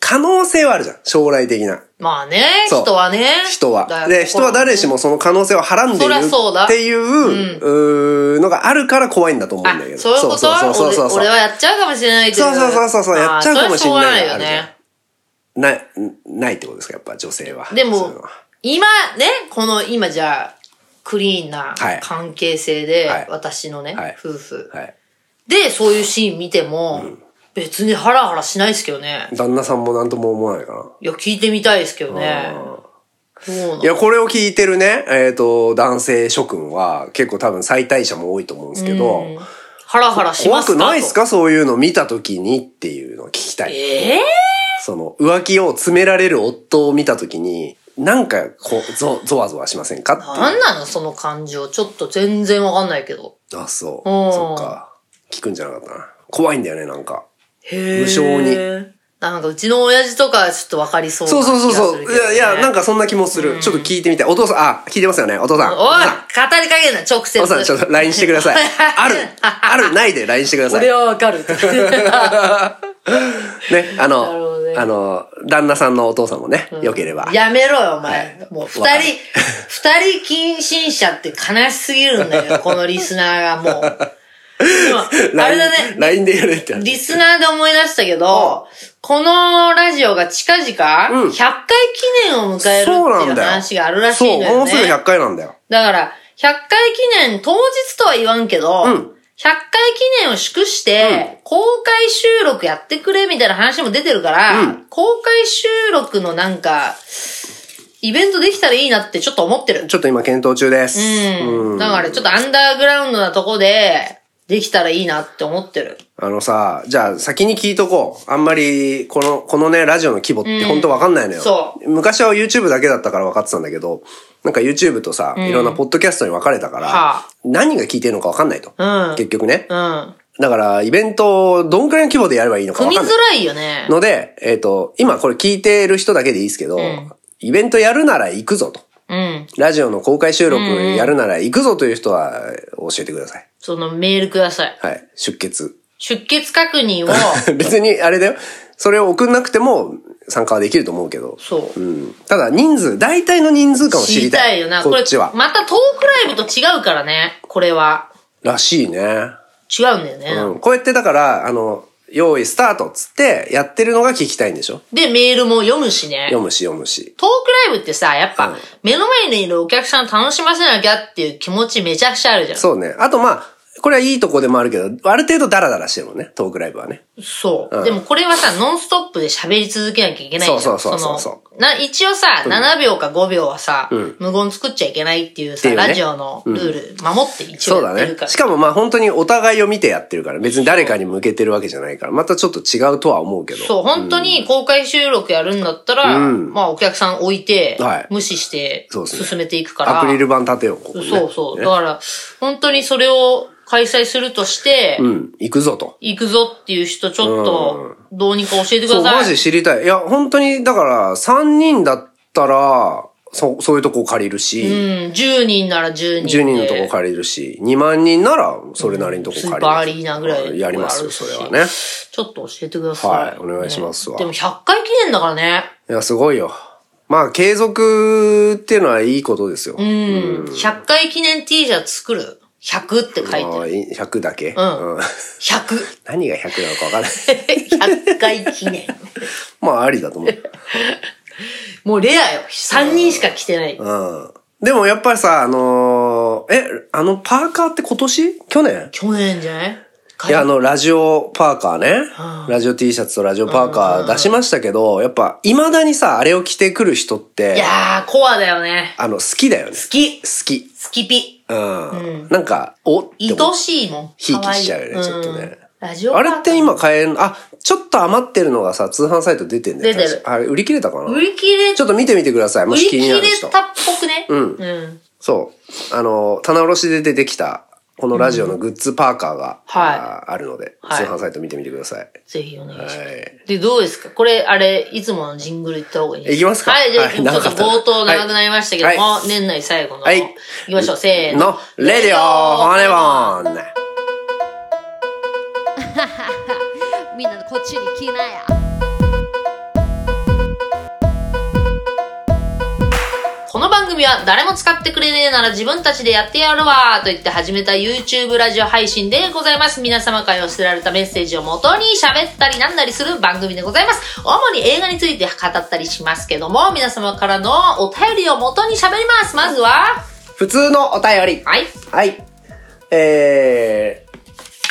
[SPEAKER 3] 可能性はあるじゃん。将来的な。
[SPEAKER 2] まあね、
[SPEAKER 3] そう
[SPEAKER 2] 人はね。
[SPEAKER 3] 人
[SPEAKER 2] だか
[SPEAKER 3] は。
[SPEAKER 2] ら
[SPEAKER 3] で、人は誰しもその可能性をはらんでい
[SPEAKER 2] そ
[SPEAKER 3] る
[SPEAKER 2] りゃそうだ
[SPEAKER 3] っていう、うーのがあるから怖いんだと思うん
[SPEAKER 2] あ
[SPEAKER 3] だけど。、
[SPEAKER 2] そういうこと
[SPEAKER 3] そうそうそうそう
[SPEAKER 2] 俺俺はやっちゃうかもしれないとい
[SPEAKER 3] そうそうそうそうそうやっちゃうか
[SPEAKER 2] あーそは
[SPEAKER 3] もしれない
[SPEAKER 2] しょうがないよね。
[SPEAKER 3] な、ないってことですか、やっぱ女性は。
[SPEAKER 2] で
[SPEAKER 3] そういうの
[SPEAKER 2] も
[SPEAKER 3] は、
[SPEAKER 2] 今ね、この今じゃあ、クリーンな
[SPEAKER 3] はい
[SPEAKER 2] 関係性で、
[SPEAKER 3] はい
[SPEAKER 2] 私のね、
[SPEAKER 3] はい
[SPEAKER 2] 夫婦、
[SPEAKER 3] はい。
[SPEAKER 2] で、そういうシーン見ても、別にハラハラしないですけどね。
[SPEAKER 3] 旦那さんも何とも思わないかな。
[SPEAKER 2] いや、聞いてみたいですけどね
[SPEAKER 3] うん。
[SPEAKER 2] そうない
[SPEAKER 3] や、これを聞いてるね、えっ、と、男性諸君は、結構多分最大者も多いと思うんですけど、
[SPEAKER 2] ハラハラしま
[SPEAKER 3] 怖
[SPEAKER 2] すか
[SPEAKER 3] くないっす
[SPEAKER 2] と
[SPEAKER 3] かそういうの見た時にっていうのを聞きたい。
[SPEAKER 2] ええ
[SPEAKER 3] その、浮気を詰められる夫を見た時に、なんか、こう、ゾ、ゾワゾワしませんかっていう
[SPEAKER 2] なんなのその感情。ちょっと全然わかんないけど。
[SPEAKER 3] あ、そう。
[SPEAKER 2] うん
[SPEAKER 3] そっか。聞くんじゃなかったな。怖いんだよね、なんか。
[SPEAKER 2] へー
[SPEAKER 3] 無性に。
[SPEAKER 2] なんかうちの親父とかちょっとわかりそうな気
[SPEAKER 3] そう
[SPEAKER 2] がす
[SPEAKER 3] そう
[SPEAKER 2] るけど、ね。
[SPEAKER 3] そうそう。いや、いや、なんかそんな気もする。ちょっと聞いてみたい。お父さん、あ、聞いてますよね、お父さん。お
[SPEAKER 2] お
[SPEAKER 3] 父
[SPEAKER 2] い
[SPEAKER 3] さん
[SPEAKER 2] 語りかけんな、直接。
[SPEAKER 3] お父さん、ちょっと LINE して ください。あるあるないで LINE してください。
[SPEAKER 2] 俺はわか る。
[SPEAKER 3] ね、あ
[SPEAKER 2] なるほど
[SPEAKER 3] の、
[SPEAKER 2] ね
[SPEAKER 3] あの、旦那さんのお父さんもね、良ければ。
[SPEAKER 2] やめろよ、お前。
[SPEAKER 3] はい
[SPEAKER 2] もう二
[SPEAKER 3] わかる
[SPEAKER 2] 人、二人近親者って悲しすぎるんだよ、このリスナーがも う。でもあれだね
[SPEAKER 3] LINE。LINE でやれって。
[SPEAKER 2] リスナーで思い出したけど、このラジオが近々、100回記念を迎えるって
[SPEAKER 3] そう
[SPEAKER 2] い
[SPEAKER 3] な
[SPEAKER 2] うん
[SPEAKER 3] だよ。
[SPEAKER 2] 話があるらしいの
[SPEAKER 3] そう、も
[SPEAKER 2] よ
[SPEAKER 3] うすぐ
[SPEAKER 2] ね。
[SPEAKER 3] 100回なんだよ。
[SPEAKER 2] だから、100回記念当日とは言わんけど、
[SPEAKER 3] ん
[SPEAKER 2] 100回記念を祝して、公開収録やってくれみたいな話も出てるから、
[SPEAKER 3] うん
[SPEAKER 2] 公開収録のなんか、イベントできたらいいなってちょっと思ってる。
[SPEAKER 3] ちょっと今検討中です。
[SPEAKER 2] うん。
[SPEAKER 3] うん
[SPEAKER 2] だからちょっとアンダーグラウンドなとこで、できたらいいなって思ってる。
[SPEAKER 3] あのさ、じゃあ先に聞いとこう。あんまり、この、このね、ラジオの規模って本当わかんないのよ。
[SPEAKER 2] そ
[SPEAKER 3] 昔は YouTube だけだったから分かってたんだけど、なんか YouTube とさ、いろんなポッドキャストに分かれたから、
[SPEAKER 2] はあ
[SPEAKER 3] 何が聞いてるのか分かんないと。
[SPEAKER 2] うん
[SPEAKER 3] 結局ね。
[SPEAKER 2] うん。
[SPEAKER 3] だから、イベントをどんくらいの規模でやればいいのか
[SPEAKER 2] 組
[SPEAKER 3] 分
[SPEAKER 2] み
[SPEAKER 3] かん
[SPEAKER 2] づ
[SPEAKER 3] ない。
[SPEAKER 2] らいよね。
[SPEAKER 3] ので、えっ、と、今これ聞いてる人だけでいいですけど、
[SPEAKER 2] ん
[SPEAKER 3] イベントやるなら行くぞと。
[SPEAKER 2] うん。
[SPEAKER 3] ラジオの公開収録やるなら行くぞという人はえー教えてください。
[SPEAKER 2] そのメールください。
[SPEAKER 3] はい。出血。
[SPEAKER 2] 出欠確認を、
[SPEAKER 3] 別にあれだよ。それを送んなくても参加はできると思うけど。
[SPEAKER 2] そう
[SPEAKER 3] う。ん。ただ人数、大体の人数感を知
[SPEAKER 2] 知り
[SPEAKER 3] り
[SPEAKER 2] た
[SPEAKER 3] たい。
[SPEAKER 2] いよな。
[SPEAKER 3] こっちは
[SPEAKER 2] れ、。またトークライブと違うからね。これは。
[SPEAKER 3] らしいね。
[SPEAKER 2] 違うんだよね。
[SPEAKER 3] うん。こうやってだから、あの、用意スタートっつって、やってるのが聞きたいんでしょ
[SPEAKER 2] で、メールも読むしね。
[SPEAKER 3] 読むし読むし。
[SPEAKER 2] トークライブってさ、やっ
[SPEAKER 3] うん
[SPEAKER 2] ぱ、目の前にいるお客さんを楽しませなきゃっていう気持ちめちゃくちゃあるじゃん。
[SPEAKER 3] そうね。あとまあ、これはいいとこでもあるけど、ある程度ダラダラしてるもんね、トークライブはね。
[SPEAKER 2] そう。
[SPEAKER 3] うん
[SPEAKER 2] でもこれはさ、ノンストップで喋り続けなきゃいけないじゃん。
[SPEAKER 3] そうそうそうそう
[SPEAKER 2] そのな、一応さ、7秒か5秒はさ、無言作っちゃいけないっていう
[SPEAKER 3] ってい
[SPEAKER 2] さ、
[SPEAKER 3] うね
[SPEAKER 2] ラジオのルール、守って一
[SPEAKER 3] そう
[SPEAKER 2] 応
[SPEAKER 3] だ
[SPEAKER 2] やってる
[SPEAKER 3] ね
[SPEAKER 2] か。ら。
[SPEAKER 3] しかもまあ本当にお互いを見てやってるから、別に誰かに向けてるわけじゃないから、またちょっと違うとは思うけど。
[SPEAKER 2] そう、本当に公開収録やるんだったら、まあお客さん置いて、
[SPEAKER 3] はい
[SPEAKER 2] 無視して
[SPEAKER 3] そうですね
[SPEAKER 2] 進めていくから。
[SPEAKER 3] アクリル板立てよう、ここ、ね。
[SPEAKER 2] そうそう。
[SPEAKER 3] ね
[SPEAKER 2] だから、本当にそれを開催するとして、
[SPEAKER 3] うん、行くぞと。
[SPEAKER 2] 行くぞっていう人ちょっと、どうにか教えてく
[SPEAKER 3] そう、
[SPEAKER 2] だ
[SPEAKER 3] マ
[SPEAKER 2] さい。
[SPEAKER 3] ジ知りたい。いや、本当に、だから、3人だったら、そ、そういうとこ借りる
[SPEAKER 2] う
[SPEAKER 3] し、
[SPEAKER 2] ん、10人なら10人で。
[SPEAKER 3] 10人のとこ借りるし、2万人なら、それなりのとこ借り
[SPEAKER 2] ス
[SPEAKER 3] る。
[SPEAKER 2] ーパーアリーナぐらいのとこ
[SPEAKER 3] やります
[SPEAKER 2] あ
[SPEAKER 3] よ、
[SPEAKER 2] るし
[SPEAKER 3] それはね。
[SPEAKER 2] ちょっと教えてください。
[SPEAKER 3] はいお願いしますわ
[SPEAKER 2] ねでも100回記念だからね。
[SPEAKER 3] いや、すごいよ。まあ、継続っていうのはいいことですよ。
[SPEAKER 2] うん。100回記念 T シャツ作る。100って書いて
[SPEAKER 3] あ
[SPEAKER 2] る。
[SPEAKER 3] あいい100だけ、
[SPEAKER 2] ん 100。
[SPEAKER 3] 何が100なのか分からない。
[SPEAKER 2] 100回記念。
[SPEAKER 3] まあ、ありだと思う。
[SPEAKER 2] もうレアよ。3人しか着てない。
[SPEAKER 3] うん。でも、やっぱりさ、あのーえ、あの、パーカーって今年去年
[SPEAKER 2] 去年じゃない
[SPEAKER 3] いや、あの、ラジオパーカーね。ラジオ T シャツとラジオパーカー出しましたけど、やっぱ、未だにさ、あれを着てくる人っ
[SPEAKER 2] い
[SPEAKER 3] て、
[SPEAKER 2] やー、コアだよね。
[SPEAKER 3] あの、好きだよね。
[SPEAKER 2] 好き。
[SPEAKER 3] 好き。
[SPEAKER 2] 好きピ。
[SPEAKER 3] うん。なんか、おって思う
[SPEAKER 2] 愛しいもん。
[SPEAKER 3] ひいきしちゃうよね
[SPEAKER 2] 可愛い
[SPEAKER 3] ちょっとね。
[SPEAKER 2] うんラジオ
[SPEAKER 3] あれって今買えるあ、ちょっと余ってるのがさ、通販サイト出てんだよ。
[SPEAKER 2] 出てる
[SPEAKER 3] 確かあれ、売り切れたかな
[SPEAKER 2] 売り切れ、
[SPEAKER 3] ちょっと見てみてください。も
[SPEAKER 2] 売
[SPEAKER 3] し
[SPEAKER 2] り
[SPEAKER 3] 気に
[SPEAKER 2] 切
[SPEAKER 3] な
[SPEAKER 2] れ
[SPEAKER 3] る人。
[SPEAKER 2] たっぽくね。うん。
[SPEAKER 3] そう。あの、棚卸しで出てきた、このラジオのグッズパーカーが、
[SPEAKER 2] はい
[SPEAKER 3] ああるので、
[SPEAKER 2] はい
[SPEAKER 3] 通販サイト見てみてください。
[SPEAKER 2] ぜひお願いします。
[SPEAKER 3] はい
[SPEAKER 2] で、どうですかこれ、あれ、いつものジングル行った方がいいです
[SPEAKER 3] 行きますか
[SPEAKER 2] はい、じゃあ、
[SPEAKER 3] はい
[SPEAKER 2] ちょっと冒頭
[SPEAKER 3] 長かった
[SPEAKER 2] 長くなりましたけども、
[SPEAKER 3] は
[SPEAKER 2] 年内最後の。
[SPEAKER 3] はい
[SPEAKER 2] 行きましょう、せーの。
[SPEAKER 3] の、レディオ、ホネボン
[SPEAKER 4] みんなこっちに来なや。
[SPEAKER 2] この番組は、誰も使ってくれねえなら自分たちでやってやるわと言って始めた YouTube ラジオ配信でございます。皆様から寄せられたメッセージを元に喋ったりなんなりする番組でございます。主に映画について語ったりしますけども、皆様からのお便りを元に喋ります。まずは、
[SPEAKER 3] 普通のお便り。
[SPEAKER 2] はい、
[SPEAKER 3] はい。えー、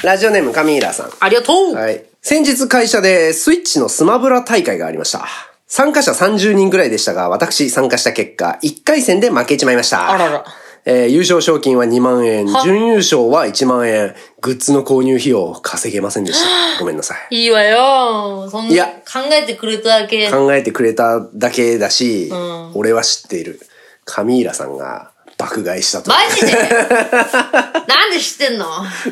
[SPEAKER 3] ラジオネームカミーラさん。
[SPEAKER 2] ありがとう、
[SPEAKER 3] はい。先日会社でスイッチのスマブラ大会がありました。参加者30人ぐらいでしたが、私参加した結果、1回戦で負けちまいました。
[SPEAKER 2] あらら。
[SPEAKER 3] えー優勝賞金は2万円、
[SPEAKER 2] は
[SPEAKER 3] 準優勝は1万円、グッズの購入費用稼げませんでした。ごめんなさい。
[SPEAKER 2] いいわよ。そん
[SPEAKER 3] い
[SPEAKER 2] な
[SPEAKER 3] や
[SPEAKER 2] 考えてくれただけ。
[SPEAKER 3] 考えてくれただけだし、俺は知っている。カミーラさんが爆買いしたと。
[SPEAKER 2] マジ でなんで知ってんの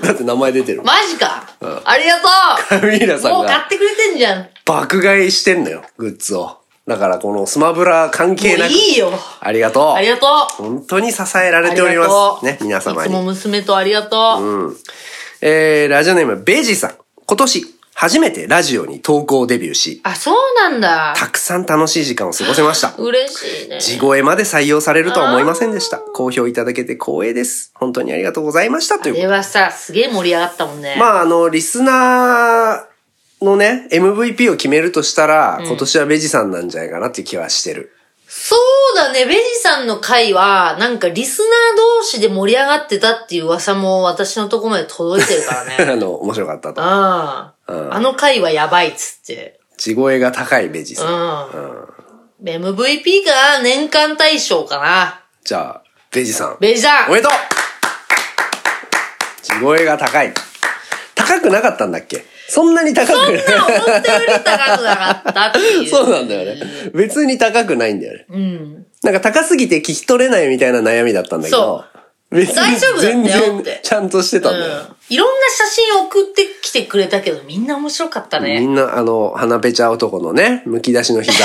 [SPEAKER 3] だって名前出てるもん。
[SPEAKER 2] マジか、ありがと
[SPEAKER 3] カミーラ
[SPEAKER 2] う
[SPEAKER 3] さん
[SPEAKER 2] もう買
[SPEAKER 3] が
[SPEAKER 2] ってくれてんじゃん。も
[SPEAKER 3] 爆買いしてんのよ、グッズを。だからこのスマブラ関係な
[SPEAKER 2] う
[SPEAKER 3] く。
[SPEAKER 2] いいよ。
[SPEAKER 3] ありがとう。
[SPEAKER 2] ありがとう。
[SPEAKER 3] 本当に支えられ
[SPEAKER 2] あ
[SPEAKER 3] て
[SPEAKER 2] り
[SPEAKER 3] おり
[SPEAKER 2] が
[SPEAKER 3] ま
[SPEAKER 2] とう。
[SPEAKER 3] す。ね、皆様
[SPEAKER 2] いつも
[SPEAKER 3] に。
[SPEAKER 2] 娘とありがとう。
[SPEAKER 3] えー、ラジオネーム、ベジさん。今年、初めてラジオに投稿デビューし、
[SPEAKER 2] あ、そうなんだ。
[SPEAKER 3] たくさん楽しい時間を過ごせました。
[SPEAKER 2] 嬉しいね。
[SPEAKER 3] 地声まで採用されるとは思いませんでした。好評いただけて光栄です。本当にありがとうございました。と
[SPEAKER 2] あ
[SPEAKER 3] いうこと
[SPEAKER 2] れ
[SPEAKER 3] で。
[SPEAKER 2] はさ、すげえ盛り上がったもんね。
[SPEAKER 3] まあ、あの、リスナーのね、MVP を決めるとしたら、今年はベジさんなんじゃないかなっていう気はしてる。
[SPEAKER 2] そうだね、ベジさんの回は、なんかリスナー同士で盛り上がってたっていう噂も私のとこまで届いてるから ね。
[SPEAKER 3] あの、面白かったと。
[SPEAKER 2] ああ、あの回はやばいっつって。
[SPEAKER 3] 地声が高いベジ
[SPEAKER 2] う
[SPEAKER 3] さん。
[SPEAKER 2] ん。MVP か年間大賞かな。
[SPEAKER 3] じゃあ、ベジさん。
[SPEAKER 2] ベジさん
[SPEAKER 3] おめでとう地声が高い。高くなかったんだっけそんなに高くない。
[SPEAKER 2] そんな思ったより高くなかったっていう。
[SPEAKER 3] そうなんだよね。別に高くないんだよね。なんか高すぎて聞き取れないみたいな悩みだったんだけ
[SPEAKER 2] そ。
[SPEAKER 3] ど別
[SPEAKER 2] 大丈夫だったよ
[SPEAKER 3] 全然
[SPEAKER 2] って
[SPEAKER 3] ちゃんとしてたんだよ。
[SPEAKER 2] うん。いろんな写真送ってきてくれたけど、みんな面白かった
[SPEAKER 3] み
[SPEAKER 2] ね。
[SPEAKER 3] んな、あの、鼻ペチャ男のね、剥き出し の膝。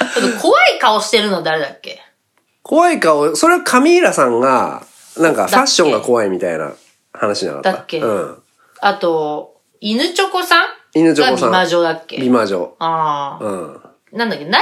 [SPEAKER 2] あと怖い顔してるの誰だっけ
[SPEAKER 3] 怖い顔、それはカミーラさんが、なんかファッションが怖いみたいな話じゃなかった。
[SPEAKER 2] だっけ
[SPEAKER 3] うん。
[SPEAKER 2] あと、犬チョコさん
[SPEAKER 3] 犬チョコさん
[SPEAKER 2] が美魔女だっけ
[SPEAKER 3] 美魔女。
[SPEAKER 2] ああ、
[SPEAKER 3] うん。
[SPEAKER 2] なんだっけ何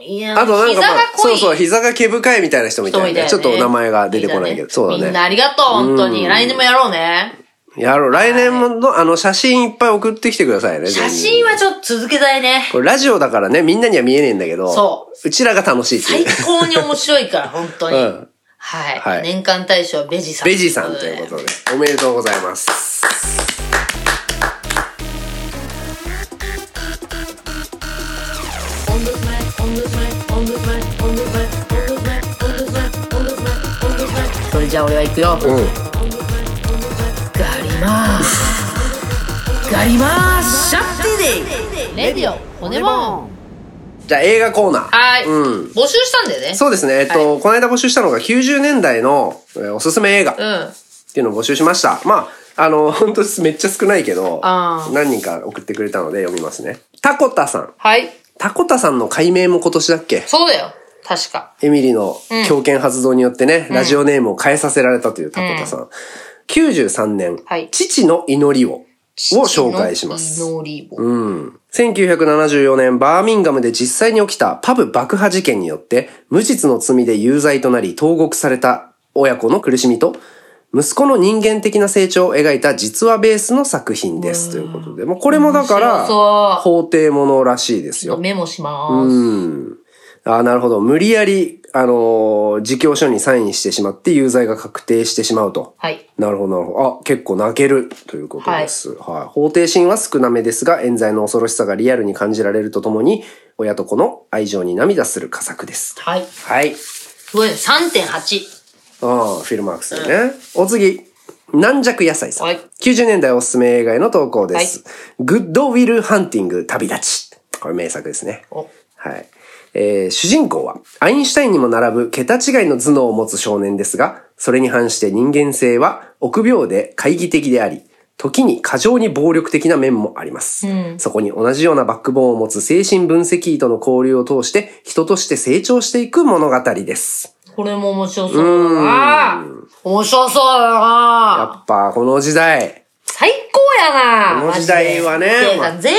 [SPEAKER 2] いや、
[SPEAKER 3] あとなんか、
[SPEAKER 2] 膝
[SPEAKER 3] ま
[SPEAKER 2] が
[SPEAKER 3] あ、
[SPEAKER 2] 濃
[SPEAKER 3] そ
[SPEAKER 2] いう
[SPEAKER 3] そう、膝が毛深いみたいな人もいた
[SPEAKER 2] 人
[SPEAKER 3] よ
[SPEAKER 2] みたい
[SPEAKER 3] ね。
[SPEAKER 2] ね。
[SPEAKER 3] ちょっとお名前が出てこないけど。そう
[SPEAKER 2] み
[SPEAKER 3] だ
[SPEAKER 2] んなあり
[SPEAKER 3] ね。
[SPEAKER 2] がとう、本当に。来年もやろうね。
[SPEAKER 3] やろう。来年もの、あの、写真いっぱい送ってきてくださいね。
[SPEAKER 2] 写真
[SPEAKER 3] は
[SPEAKER 2] はちょっと続けたいね。
[SPEAKER 3] これラジオだからね、みんなには見えねえんだけど、。
[SPEAKER 2] そう
[SPEAKER 3] ちらが楽しいってい
[SPEAKER 2] 最
[SPEAKER 3] う。
[SPEAKER 2] 高に面白いから、本当に。
[SPEAKER 3] うん
[SPEAKER 2] はい、
[SPEAKER 3] はい
[SPEAKER 2] 年間大賞はベジさん。
[SPEAKER 3] ベジさんということで、おめでとうございます。
[SPEAKER 2] それじゃあ俺は行くよ。
[SPEAKER 3] うん。
[SPEAKER 2] ガリマース。ガリマースシャッティデイ
[SPEAKER 4] レディオ骨もん
[SPEAKER 3] じゃあ映画コーナー。
[SPEAKER 2] はい、
[SPEAKER 3] うん
[SPEAKER 2] 募集したんだよね。
[SPEAKER 3] そうですね。えっと、この間募集したのが90年代のえーおすすめ映画っ
[SPEAKER 2] うん。
[SPEAKER 3] ていうのを募集しました。まあ、あの、 本当めっちゃ少ないけど
[SPEAKER 2] あ、ー
[SPEAKER 3] 何人か送ってくれたので読みますね。タコタさん。
[SPEAKER 2] はい。
[SPEAKER 3] タコタさんの改名も今年だっけ
[SPEAKER 2] そうだよ。確か。
[SPEAKER 3] エミリの強権発動によってね、ラジオネームを変えさせられたというタコタさん。93年、
[SPEAKER 2] はい
[SPEAKER 3] 父の祈りを、を紹介します。
[SPEAKER 2] ノーリーボ。
[SPEAKER 3] うん。1974年、バーミンガムで実際に起きたパブ爆破事件によって、無実の罪で有罪となり、投獄された親子の苦しみと、息子の人間的な成長を描いた実話ベースの作品です。ということで。もうこれもだから、
[SPEAKER 2] 面白そう
[SPEAKER 3] 法廷ものらしいですよ。
[SPEAKER 2] メモします。
[SPEAKER 3] うん。ああ、なるほど。無理やり、あのー自供書にサインしてしまって有罪が確定してしまうと。
[SPEAKER 2] はい。
[SPEAKER 3] なるほど、なるほど。あ、結構泣けるということです。はい。法廷シーンは少なめですが、冤罪の恐ろしさがリアルに感じられるとともに、親と子の愛情に涙する佳作です。
[SPEAKER 2] はい。
[SPEAKER 3] はい。
[SPEAKER 2] すごいね。3.8。
[SPEAKER 3] ああ、フィルマークスだよね。お次。軟弱野菜さん。
[SPEAKER 2] はい
[SPEAKER 3] 90年代おすすめ映画への投稿です。グッドウィルハンティング旅立ち。これ名作ですね。
[SPEAKER 2] お
[SPEAKER 3] はい。えー主人公は、アインシュタインにも並ぶ桁違いの頭脳を持つ少年ですが、それに反して人間性は臆病で懐疑的であり、時に過剰に暴力的な面もあります。そこに同じようなバックボーンを持つ精神分析医との交流を通して、人として成長していく物語です。
[SPEAKER 2] これも面白そうだな。面白そうだ
[SPEAKER 3] や
[SPEAKER 2] な。
[SPEAKER 3] っぱこの時代。
[SPEAKER 2] 最高やな。
[SPEAKER 3] この時代はね
[SPEAKER 2] マジでてか全員や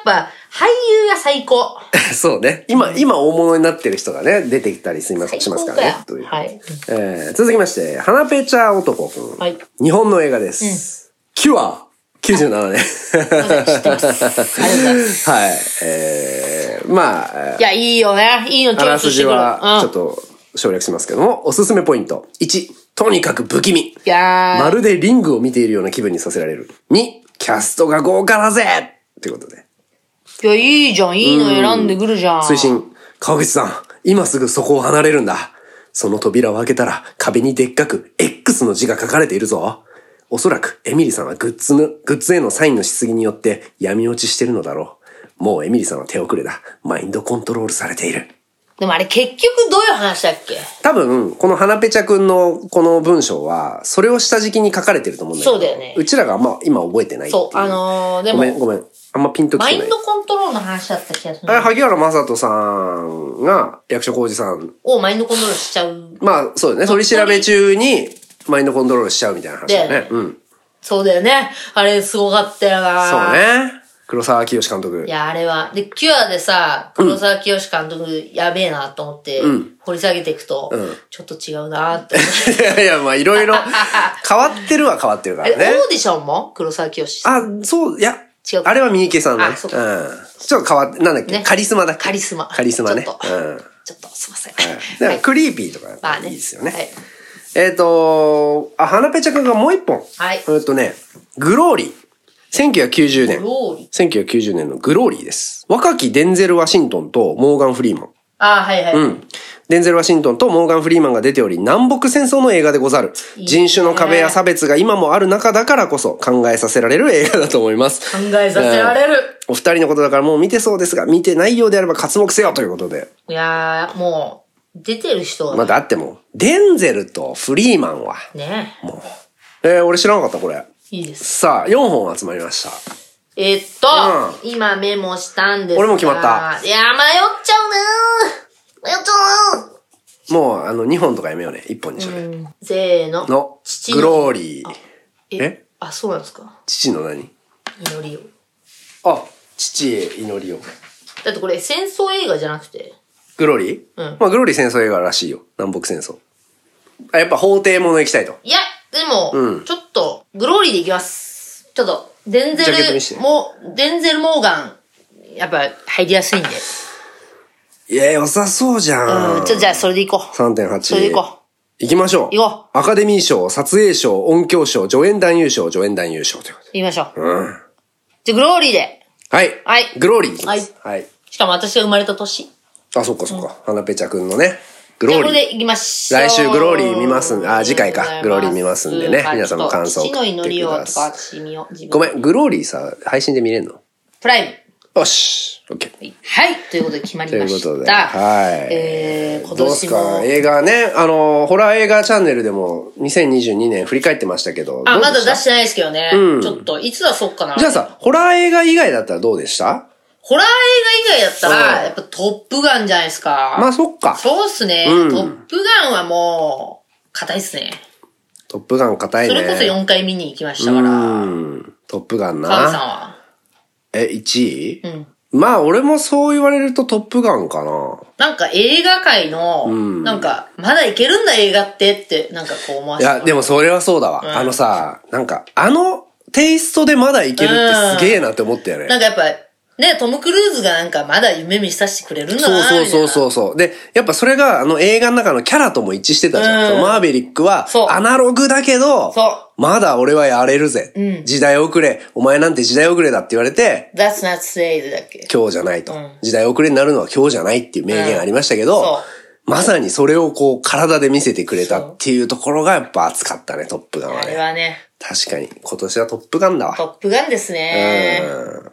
[SPEAKER 2] っぱ俳優が最高。
[SPEAKER 3] そうね。今、今大物になってる人がね、出てきたりすいません、しますからね。
[SPEAKER 2] 最高
[SPEAKER 3] という
[SPEAKER 2] だよはい。
[SPEAKER 3] えー続きまして、花ペチャー男くん。
[SPEAKER 2] はい
[SPEAKER 3] 日本の映画です。キュア !97 年。
[SPEAKER 2] ありがとうございます。
[SPEAKER 3] はい。えー、まあ、えー
[SPEAKER 2] いや、いいよね。いいの
[SPEAKER 3] あ
[SPEAKER 2] 調
[SPEAKER 3] ら
[SPEAKER 2] 査
[SPEAKER 3] す
[SPEAKER 2] して
[SPEAKER 3] じ
[SPEAKER 2] くる。
[SPEAKER 3] はちょっ
[SPEAKER 2] と。
[SPEAKER 3] と省略しますけども、おすすめポイント。1、とにかく不気味。
[SPEAKER 2] いやー
[SPEAKER 3] まるでリングを見ているような気分にさせられる。2、キャストが豪華だぜということで。
[SPEAKER 2] いや、いいじゃん。いいの選んでくるじゃん。
[SPEAKER 3] 推進。川口さん、今すぐそこを離れるんだ。その扉を開けたら壁にでっかく X の字が書かれているぞ。おそらくエミリさんはグッズの、グッズへのサインのしすぎによって闇落ちしてるのだろう。もうエミリさんは手遅れだ。マインドコントロールされている。
[SPEAKER 2] でもあれ結局どういう話だっけ
[SPEAKER 3] 多分、この花ペチャくんのこの文章は、それを下敷きに書かれてると思うんだけど。
[SPEAKER 2] そうだよね
[SPEAKER 3] うちらがあんま今覚えてないってい
[SPEAKER 2] そう、あのー、で
[SPEAKER 3] ごめん、
[SPEAKER 2] も、
[SPEAKER 3] ごめん。あんまピンとき
[SPEAKER 2] マ
[SPEAKER 3] て
[SPEAKER 2] イ
[SPEAKER 3] ない
[SPEAKER 2] ンド。コントロールの話だった気がする
[SPEAKER 3] あ。れ、萩原正人さんが役所広司さん
[SPEAKER 2] をマインドコントロールしちゃう。
[SPEAKER 3] まあ、そうだね。取り調べ中に、マインドコントロールしちゃうみたいな話だよね
[SPEAKER 2] で。
[SPEAKER 3] うん。
[SPEAKER 2] そうだよね。あれすごかったよな。
[SPEAKER 3] そう。ね。黒沢清監督
[SPEAKER 2] い。や、あれは。で、キュアでさ、黒沢清監督やべえなと思って、掘り下げていくと、
[SPEAKER 3] ん
[SPEAKER 2] ちょっと違うな って思って。
[SPEAKER 3] いやいや、まあ、いろ いろ、変わってるは変わってる
[SPEAKER 2] あ
[SPEAKER 3] か
[SPEAKER 2] れ、
[SPEAKER 3] らね。
[SPEAKER 2] オーディションも黒沢清さん
[SPEAKER 3] あ、そう、いや
[SPEAKER 2] 違う、か
[SPEAKER 3] あれは三池さんね。うん。
[SPEAKER 2] あ
[SPEAKER 3] ち
[SPEAKER 2] そ
[SPEAKER 3] ょ
[SPEAKER 2] うか
[SPEAKER 3] っと変わって、なんだっけ、
[SPEAKER 2] ね
[SPEAKER 3] カリスマだっけ
[SPEAKER 2] カリスマ。
[SPEAKER 3] カリスマね。
[SPEAKER 2] ちょっと、
[SPEAKER 3] うん。
[SPEAKER 2] ちょっとすいません。
[SPEAKER 3] だか
[SPEAKER 2] は
[SPEAKER 3] ら
[SPEAKER 2] い
[SPEAKER 3] クリーピーとかやっ
[SPEAKER 2] ま
[SPEAKER 3] ぱ
[SPEAKER 2] あ
[SPEAKER 3] い
[SPEAKER 2] ね。
[SPEAKER 3] いですよね。
[SPEAKER 2] はい
[SPEAKER 3] えっ、と、あ、花ペチャ君がもう一本。
[SPEAKER 2] はい
[SPEAKER 3] えっ、とね、グローリー。1990年。
[SPEAKER 2] グローリ
[SPEAKER 3] 1990年のグローリーです。若きデンゼル・ワシントンとモーガン・フリーマン。
[SPEAKER 2] あーはいはい。
[SPEAKER 3] うん。デンゼル・ワシントンとモーガン・フリーマンが出ており、南北戦争の映画でござる。
[SPEAKER 2] いいね
[SPEAKER 3] 人種の壁や差別が今もある中だからこそ考えさせられる映画だと思います。
[SPEAKER 2] 考えさせられる。
[SPEAKER 3] えーお二人のことだからもう見てそうですが、見てないようであれば活目せよということで。
[SPEAKER 2] いやー、もう、出てる人は、
[SPEAKER 3] まあ、だってもう、デンゼルとフリーマンは。
[SPEAKER 2] ね。
[SPEAKER 3] えー、俺知らなかった、これ。
[SPEAKER 2] いいです。
[SPEAKER 3] さあ、4本集まりました。
[SPEAKER 2] えっと、今メモしたんですが
[SPEAKER 3] 俺も決まった。
[SPEAKER 2] いやー、迷っちゃうなー迷っちゃうなー
[SPEAKER 3] もう、あの、2本とかやめようね。1本にしようね。
[SPEAKER 2] せーの。
[SPEAKER 3] の、
[SPEAKER 2] 父
[SPEAKER 3] グローリー。え
[SPEAKER 2] えあ、そうなんですか
[SPEAKER 3] 父の何
[SPEAKER 2] 祈りを。
[SPEAKER 3] あ、父へ祈りを。
[SPEAKER 2] だってこれ戦争映画じゃなくて、
[SPEAKER 3] グローリー、
[SPEAKER 2] うん
[SPEAKER 3] まあグローリー戦争映画らしいよ。南北戦争。あ、やっぱ法廷もの行きたいと。
[SPEAKER 2] いや、でも、
[SPEAKER 3] うん
[SPEAKER 2] ちょっと、グローリーでいきます。ちょっと、デンゼ
[SPEAKER 3] ジャケット見せ
[SPEAKER 2] ル、
[SPEAKER 3] て
[SPEAKER 2] もう、デンゼル・モーガン、やっぱ入りやすいんで。
[SPEAKER 3] いや、良さそうじゃん。
[SPEAKER 2] うん、ちょっとじゃあそれでいこう。
[SPEAKER 3] 3.8。
[SPEAKER 2] それでいこ
[SPEAKER 3] 行きましょう。
[SPEAKER 2] 行こ
[SPEAKER 3] アカデミー賞、撮影賞、音響賞、助演男優賞、助演男優賞ということで。
[SPEAKER 2] 言いましょう。
[SPEAKER 3] うん。
[SPEAKER 2] じゃあ、グローリーで。
[SPEAKER 3] はい。
[SPEAKER 2] はい
[SPEAKER 3] グローリーいきます。はい。
[SPEAKER 2] しかも私が生まれた年。
[SPEAKER 3] あ、そっかそっか。花ペチャくんのね。グロ
[SPEAKER 2] じゃあ
[SPEAKER 3] ー
[SPEAKER 2] こ
[SPEAKER 3] リ
[SPEAKER 2] れ
[SPEAKER 3] ー。
[SPEAKER 2] でいきましょう。
[SPEAKER 3] 来週グローリー見ますんあ次回か
[SPEAKER 2] ありがとうございます
[SPEAKER 3] グローリー見ますんでね
[SPEAKER 2] はい
[SPEAKER 3] 皆さんも感想を
[SPEAKER 2] ちょっと父の祈りを
[SPEAKER 3] 送っ
[SPEAKER 2] と
[SPEAKER 3] てください
[SPEAKER 2] か、父見よう自分
[SPEAKER 3] ごめん、グローリーさ、配信で見れんの
[SPEAKER 2] プライム。
[SPEAKER 3] よし。オッケー。
[SPEAKER 2] はい。ということで決まり
[SPEAKER 3] とい
[SPEAKER 2] ま
[SPEAKER 3] うこ
[SPEAKER 2] した。
[SPEAKER 3] とで。はい。
[SPEAKER 2] えー、今
[SPEAKER 3] どうす
[SPEAKER 2] 年も
[SPEAKER 3] か。映画ね、あの、ホラー映画チャンネルでも2022年振り返ってましたけど。
[SPEAKER 2] あ、
[SPEAKER 3] どうで
[SPEAKER 2] まだ
[SPEAKER 3] し
[SPEAKER 2] 出
[SPEAKER 3] た
[SPEAKER 2] してないですけどね。
[SPEAKER 3] うん
[SPEAKER 2] ちょっと、いつ出そうかな。
[SPEAKER 3] じゃあさ、ホラー映画以外だったらどうでした
[SPEAKER 2] ホラー映画以外だった
[SPEAKER 3] う
[SPEAKER 2] ら、
[SPEAKER 3] ん
[SPEAKER 2] やっぱトップガンじゃないですか。
[SPEAKER 3] まあそっか。
[SPEAKER 2] そうっすね、
[SPEAKER 3] うん
[SPEAKER 2] トップガンはもう、硬いっすね。
[SPEAKER 3] トップガン硬い
[SPEAKER 2] そ
[SPEAKER 3] ね。
[SPEAKER 2] れこそ4回見に行きましたから。
[SPEAKER 3] う
[SPEAKER 2] カ
[SPEAKER 3] ん。トップガン
[SPEAKER 2] ンさん
[SPEAKER 3] な。
[SPEAKER 2] は。
[SPEAKER 3] え、1位
[SPEAKER 2] うん。
[SPEAKER 3] まあ俺もそう言われるとトップガンかな。
[SPEAKER 2] なんか映画界の、
[SPEAKER 3] ん
[SPEAKER 2] なんか、まだいけるんだ映画ってって、なんかこう思わ
[SPEAKER 3] い
[SPEAKER 2] せて
[SPEAKER 3] や、でもそれはそうだわ。
[SPEAKER 2] ん
[SPEAKER 3] あのさ、なんか、あのテイストでまだいけるってすげえなって思ったよね。
[SPEAKER 2] なんかやっぱ、ね、トム・クルーズがなんかまだ夢見させてくれるんだ
[SPEAKER 3] そ
[SPEAKER 2] な
[SPEAKER 3] うそうそうそうそう。で、やっぱそれが、あの映画の中のキャラとも一致してたじゃ
[SPEAKER 2] う
[SPEAKER 3] ん。
[SPEAKER 2] ん
[SPEAKER 3] そのマーベリックは
[SPEAKER 2] そう、
[SPEAKER 3] アナログだけど
[SPEAKER 2] そ、
[SPEAKER 3] まだ俺はやれるぜ、時代遅れ、お前なんて時代遅れだって言われて、
[SPEAKER 2] みたいな That's not Slade だっけ
[SPEAKER 3] 今日じゃないと、
[SPEAKER 2] ん
[SPEAKER 3] 時代遅れになるのは今日じゃないっていう名言ありましたけど、
[SPEAKER 2] うんそう
[SPEAKER 3] まさにそれをこう体で見せてくれたっていうところがやっぱ熱かったね、トップガンは
[SPEAKER 2] あれ
[SPEAKER 3] ね。
[SPEAKER 2] はね、
[SPEAKER 3] 確かに、今年はトップガンだわ。
[SPEAKER 2] トップガンですね。
[SPEAKER 3] うん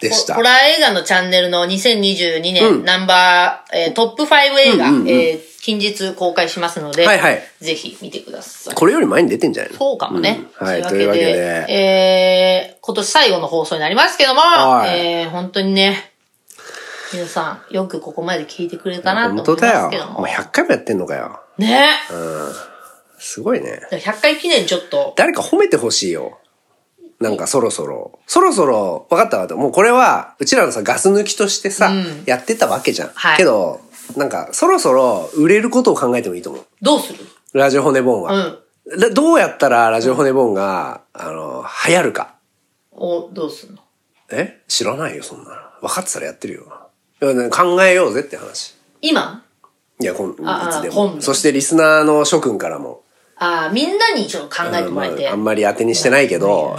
[SPEAKER 3] で
[SPEAKER 2] ホ
[SPEAKER 3] した。
[SPEAKER 2] ホラー映画のチャンネルの2022年、
[SPEAKER 3] うん
[SPEAKER 2] ナンバー、えートップ5映画、
[SPEAKER 3] うんうんうん
[SPEAKER 2] えー近日公開しますので、
[SPEAKER 3] はいはい
[SPEAKER 2] ぜひ見てください。
[SPEAKER 3] これより前に出てんじゃないの
[SPEAKER 2] そうかもね。
[SPEAKER 3] うんはい、というわけで。
[SPEAKER 2] えー、今年最後の放送になりますけども、
[SPEAKER 3] はい
[SPEAKER 2] えー、本当にね、皆さん、よくここまで聞いてくれたな
[SPEAKER 3] 本
[SPEAKER 2] と思い
[SPEAKER 3] 当
[SPEAKER 2] ま
[SPEAKER 3] だ
[SPEAKER 2] すけ
[SPEAKER 3] よ
[SPEAKER 2] ど。
[SPEAKER 3] もう
[SPEAKER 2] も。
[SPEAKER 3] 100回もやってんのかよ。
[SPEAKER 2] ね、
[SPEAKER 3] すごいね。
[SPEAKER 2] 100回記念ちょっと、
[SPEAKER 3] 誰か褒めてほしいよ。なんかそろそろ。そろそろ、わかったわかった。もうこれは、うちらのさ、ガス抜きとしてさ、
[SPEAKER 2] うん
[SPEAKER 3] やってたわけじゃん。
[SPEAKER 2] はい
[SPEAKER 3] けど、なんか、そろそろ売れることを考えてもいいと思う。
[SPEAKER 2] どうする
[SPEAKER 3] ラジオ骨ボンは。
[SPEAKER 2] うん
[SPEAKER 3] だどうやったらラジオ骨ボンが、あの、流行るか。
[SPEAKER 2] お、どうするの
[SPEAKER 3] え知らないよ、そんなの。分かってたらやってるよ。いやね考えようぜって話。
[SPEAKER 2] 今
[SPEAKER 3] いや、こんい
[SPEAKER 2] あ
[SPEAKER 3] つで
[SPEAKER 2] あ今
[SPEAKER 3] も。
[SPEAKER 2] 度
[SPEAKER 3] そしてリスナーの諸君からも。
[SPEAKER 2] あーみんなにちょっと考えて
[SPEAKER 3] う
[SPEAKER 2] も
[SPEAKER 3] んま
[SPEAKER 2] らえて。
[SPEAKER 3] あ、あんまり当てにしてないけど、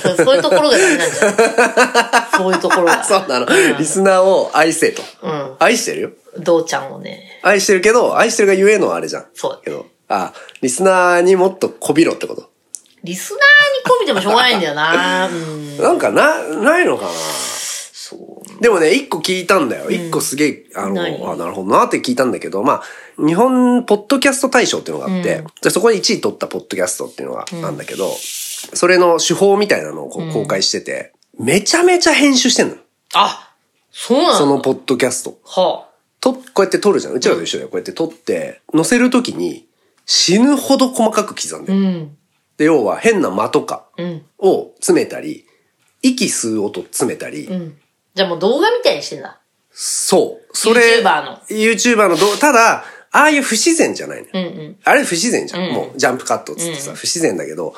[SPEAKER 2] そうそういうところがダメなんじ ゃないそういうところが。
[SPEAKER 3] そうなの。リスナーを愛せと。
[SPEAKER 2] うん
[SPEAKER 3] 愛してるよ。
[SPEAKER 2] どうちゃんをね。
[SPEAKER 3] 愛してるけど、愛してるがゆえのあれじゃん。
[SPEAKER 2] そう
[SPEAKER 3] けど、あ、リスナーにもっとこびろってこと。
[SPEAKER 2] リスナーに込みてもしょうがないんだよな。うん。
[SPEAKER 3] なんかな、ないのかな。
[SPEAKER 2] そう。
[SPEAKER 3] でもね、一個聞いたんだよ。一個すげえ、あ
[SPEAKER 2] 何
[SPEAKER 3] の、あ、なるほどなって聞いたんだけど、まあ、日本ポッドキャスト大賞っていうのがあって、でそこで1位取ったポッドキャストっていうのがあんだけど、それの手法みたいなのをこう公開してて、めちゃめちゃ編集してんの。
[SPEAKER 2] あそうなの
[SPEAKER 3] そのポッドキャスト。
[SPEAKER 2] は
[SPEAKER 3] と、こうやって撮るじゃん。うちらと一緒だよ。こうやって撮って、載せるときに死ぬほど細かく刻んで
[SPEAKER 2] あ。う
[SPEAKER 3] る。
[SPEAKER 2] ん。
[SPEAKER 3] で、要は変な間とか
[SPEAKER 2] うん。
[SPEAKER 3] を詰めたり、息吸う音詰めたり、
[SPEAKER 2] うん。じゃあもう動画みたいにしてんだ。
[SPEAKER 3] そう。それ、
[SPEAKER 2] YouTuber の
[SPEAKER 3] YouTuber のどう、ただ、ああいう不自然じゃないの、
[SPEAKER 2] うんうん。
[SPEAKER 3] あれ不自然じゃん。
[SPEAKER 2] うん
[SPEAKER 3] もう、ジャンプカットっつってさ、不自然だけど、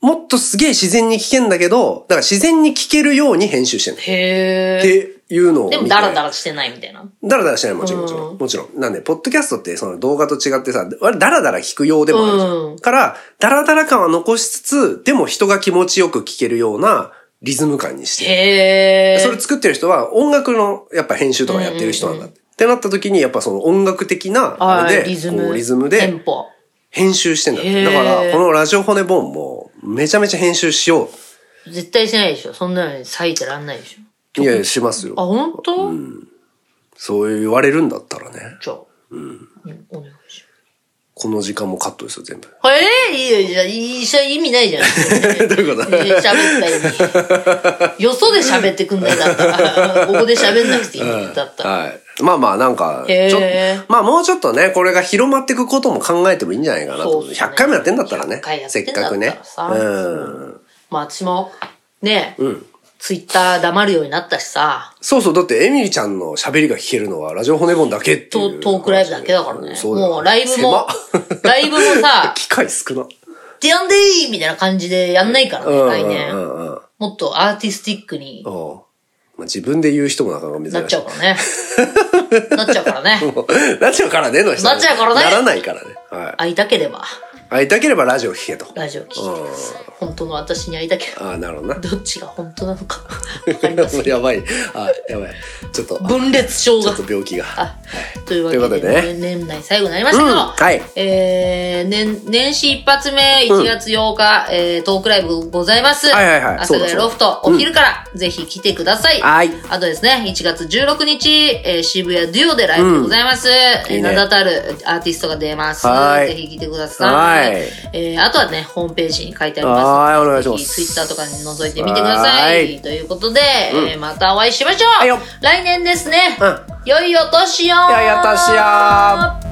[SPEAKER 3] もっとすげえ自然に聞けんだけど、だから自然に聞けるように編集してんの。っ
[SPEAKER 2] へえ。
[SPEAKER 3] ていうのを見て。
[SPEAKER 2] でもダラダラしてないみたいな。
[SPEAKER 3] ダラダラしないもちろんもちろん。もちろん。なんで、ポッドキャストってその動画と違ってさ、あれダラダラ聞くようでもあるじゃん。
[SPEAKER 2] うん
[SPEAKER 3] から、ダラダラ感は残しつつ、でも人が気持ちよく聞けるようなリズム感にして。
[SPEAKER 2] へえ。
[SPEAKER 3] それ作ってる人は音楽のやっぱ編集とかやってる人なんだって。ってなった時に、やっぱその音楽的な、あ
[SPEAKER 2] は
[SPEAKER 3] れ
[SPEAKER 2] い
[SPEAKER 3] で、
[SPEAKER 2] リズ
[SPEAKER 3] こ
[SPEAKER 2] ム。
[SPEAKER 3] うリズム
[SPEAKER 2] テ
[SPEAKER 3] で
[SPEAKER 2] ンポ。
[SPEAKER 3] 編集してんだって。
[SPEAKER 2] へー
[SPEAKER 3] だから、このラジオ骨ボンも、めちゃめちゃ編集しよ
[SPEAKER 2] 絶対してないでしょ。そんなのに割いてらんないでし
[SPEAKER 3] う。いやいや、します
[SPEAKER 2] ょ。あ、
[SPEAKER 3] よ。
[SPEAKER 2] 本当？
[SPEAKER 3] そう言われるんだったらね。
[SPEAKER 2] じゃあ。うん。お願いします。
[SPEAKER 3] この時間もカットですよ、全部。
[SPEAKER 2] ええいいよ、じゃあ、一緒意味ないじゃん。
[SPEAKER 3] どういうこと
[SPEAKER 2] 喋ったように。よそで喋ってくんないんだった ら、ここで喋んなくていいんだったら。
[SPEAKER 3] はい。まあまあ、なんか、
[SPEAKER 2] へー
[SPEAKER 3] ちょっとまあもうちょっとね、これが広まっていくことも考えてもいいんじゃないかなと思う。
[SPEAKER 2] そうですね
[SPEAKER 3] 100回もやってんだったらね
[SPEAKER 2] 100回や。っ
[SPEAKER 3] せ
[SPEAKER 2] てん
[SPEAKER 3] っ
[SPEAKER 2] だった
[SPEAKER 3] からくね。
[SPEAKER 2] さ
[SPEAKER 3] うん。
[SPEAKER 2] まあ私も、ね、ツイッター黙るようになったしさ、
[SPEAKER 3] そうそう、だってエミリちゃんの喋りが聞けるのはラジオ骨盆だけってい
[SPEAKER 2] ト
[SPEAKER 3] う。
[SPEAKER 2] トークライブだけだからね。
[SPEAKER 3] そうだよ
[SPEAKER 2] もうライブも
[SPEAKER 3] 狭っ、、
[SPEAKER 2] ライブもさ
[SPEAKER 3] 機会少な。
[SPEAKER 2] ってやんでーみたいな感じでやんないからね、来
[SPEAKER 3] う
[SPEAKER 2] 年。
[SPEAKER 3] んうんうんうん。
[SPEAKER 2] もっとアーティスティックに
[SPEAKER 3] うんまあ、自分で言う人もなかなか珍しい。
[SPEAKER 2] なっちゃうから ね。なっちゃうからね。
[SPEAKER 3] なっちゃうからねの人
[SPEAKER 2] なっちゃうからね
[SPEAKER 3] ならないからね。はい。
[SPEAKER 2] 会いたければ、
[SPEAKER 3] 会いたければラジオ聞けと。
[SPEAKER 2] ラジオ聞き
[SPEAKER 3] うん
[SPEAKER 2] 本当の私に会いたければ、
[SPEAKER 3] ああ、なるほどな。
[SPEAKER 2] どっちが本当なのか、わかりません。
[SPEAKER 3] やばい。あやばい。ちょっと、ち
[SPEAKER 2] 分裂症
[SPEAKER 3] ょ
[SPEAKER 2] が
[SPEAKER 3] っと。病気が。
[SPEAKER 2] あというわけ
[SPEAKER 3] という
[SPEAKER 2] で
[SPEAKER 3] ことでね
[SPEAKER 2] 年内最後になりましたけど、
[SPEAKER 3] うんはい
[SPEAKER 2] えー、年、年始一発目、1月8日、えー、トークライブございます。
[SPEAKER 3] はいはいはいそ
[SPEAKER 2] 朝
[SPEAKER 3] うだそうだ
[SPEAKER 2] ロフト、お昼から、ぜひ来てください。
[SPEAKER 3] はい
[SPEAKER 2] あとですね、1月16日、えー、渋谷デュオでライブございます。
[SPEAKER 3] いいね
[SPEAKER 2] 名だたるアーティストが出ます。
[SPEAKER 3] はい
[SPEAKER 2] ぜひ来てください。
[SPEAKER 3] はい
[SPEAKER 2] えー、あとはね、ホームページに書いてあります。
[SPEAKER 3] はいお願いします
[SPEAKER 2] ぜひツイッターとかに覗いてみてくださ
[SPEAKER 3] はい
[SPEAKER 2] い。ということで、えーまたお会いしましょう、
[SPEAKER 3] いよ
[SPEAKER 2] 来年ですね、
[SPEAKER 3] うん
[SPEAKER 2] 良いお年を
[SPEAKER 3] いやいや、私は。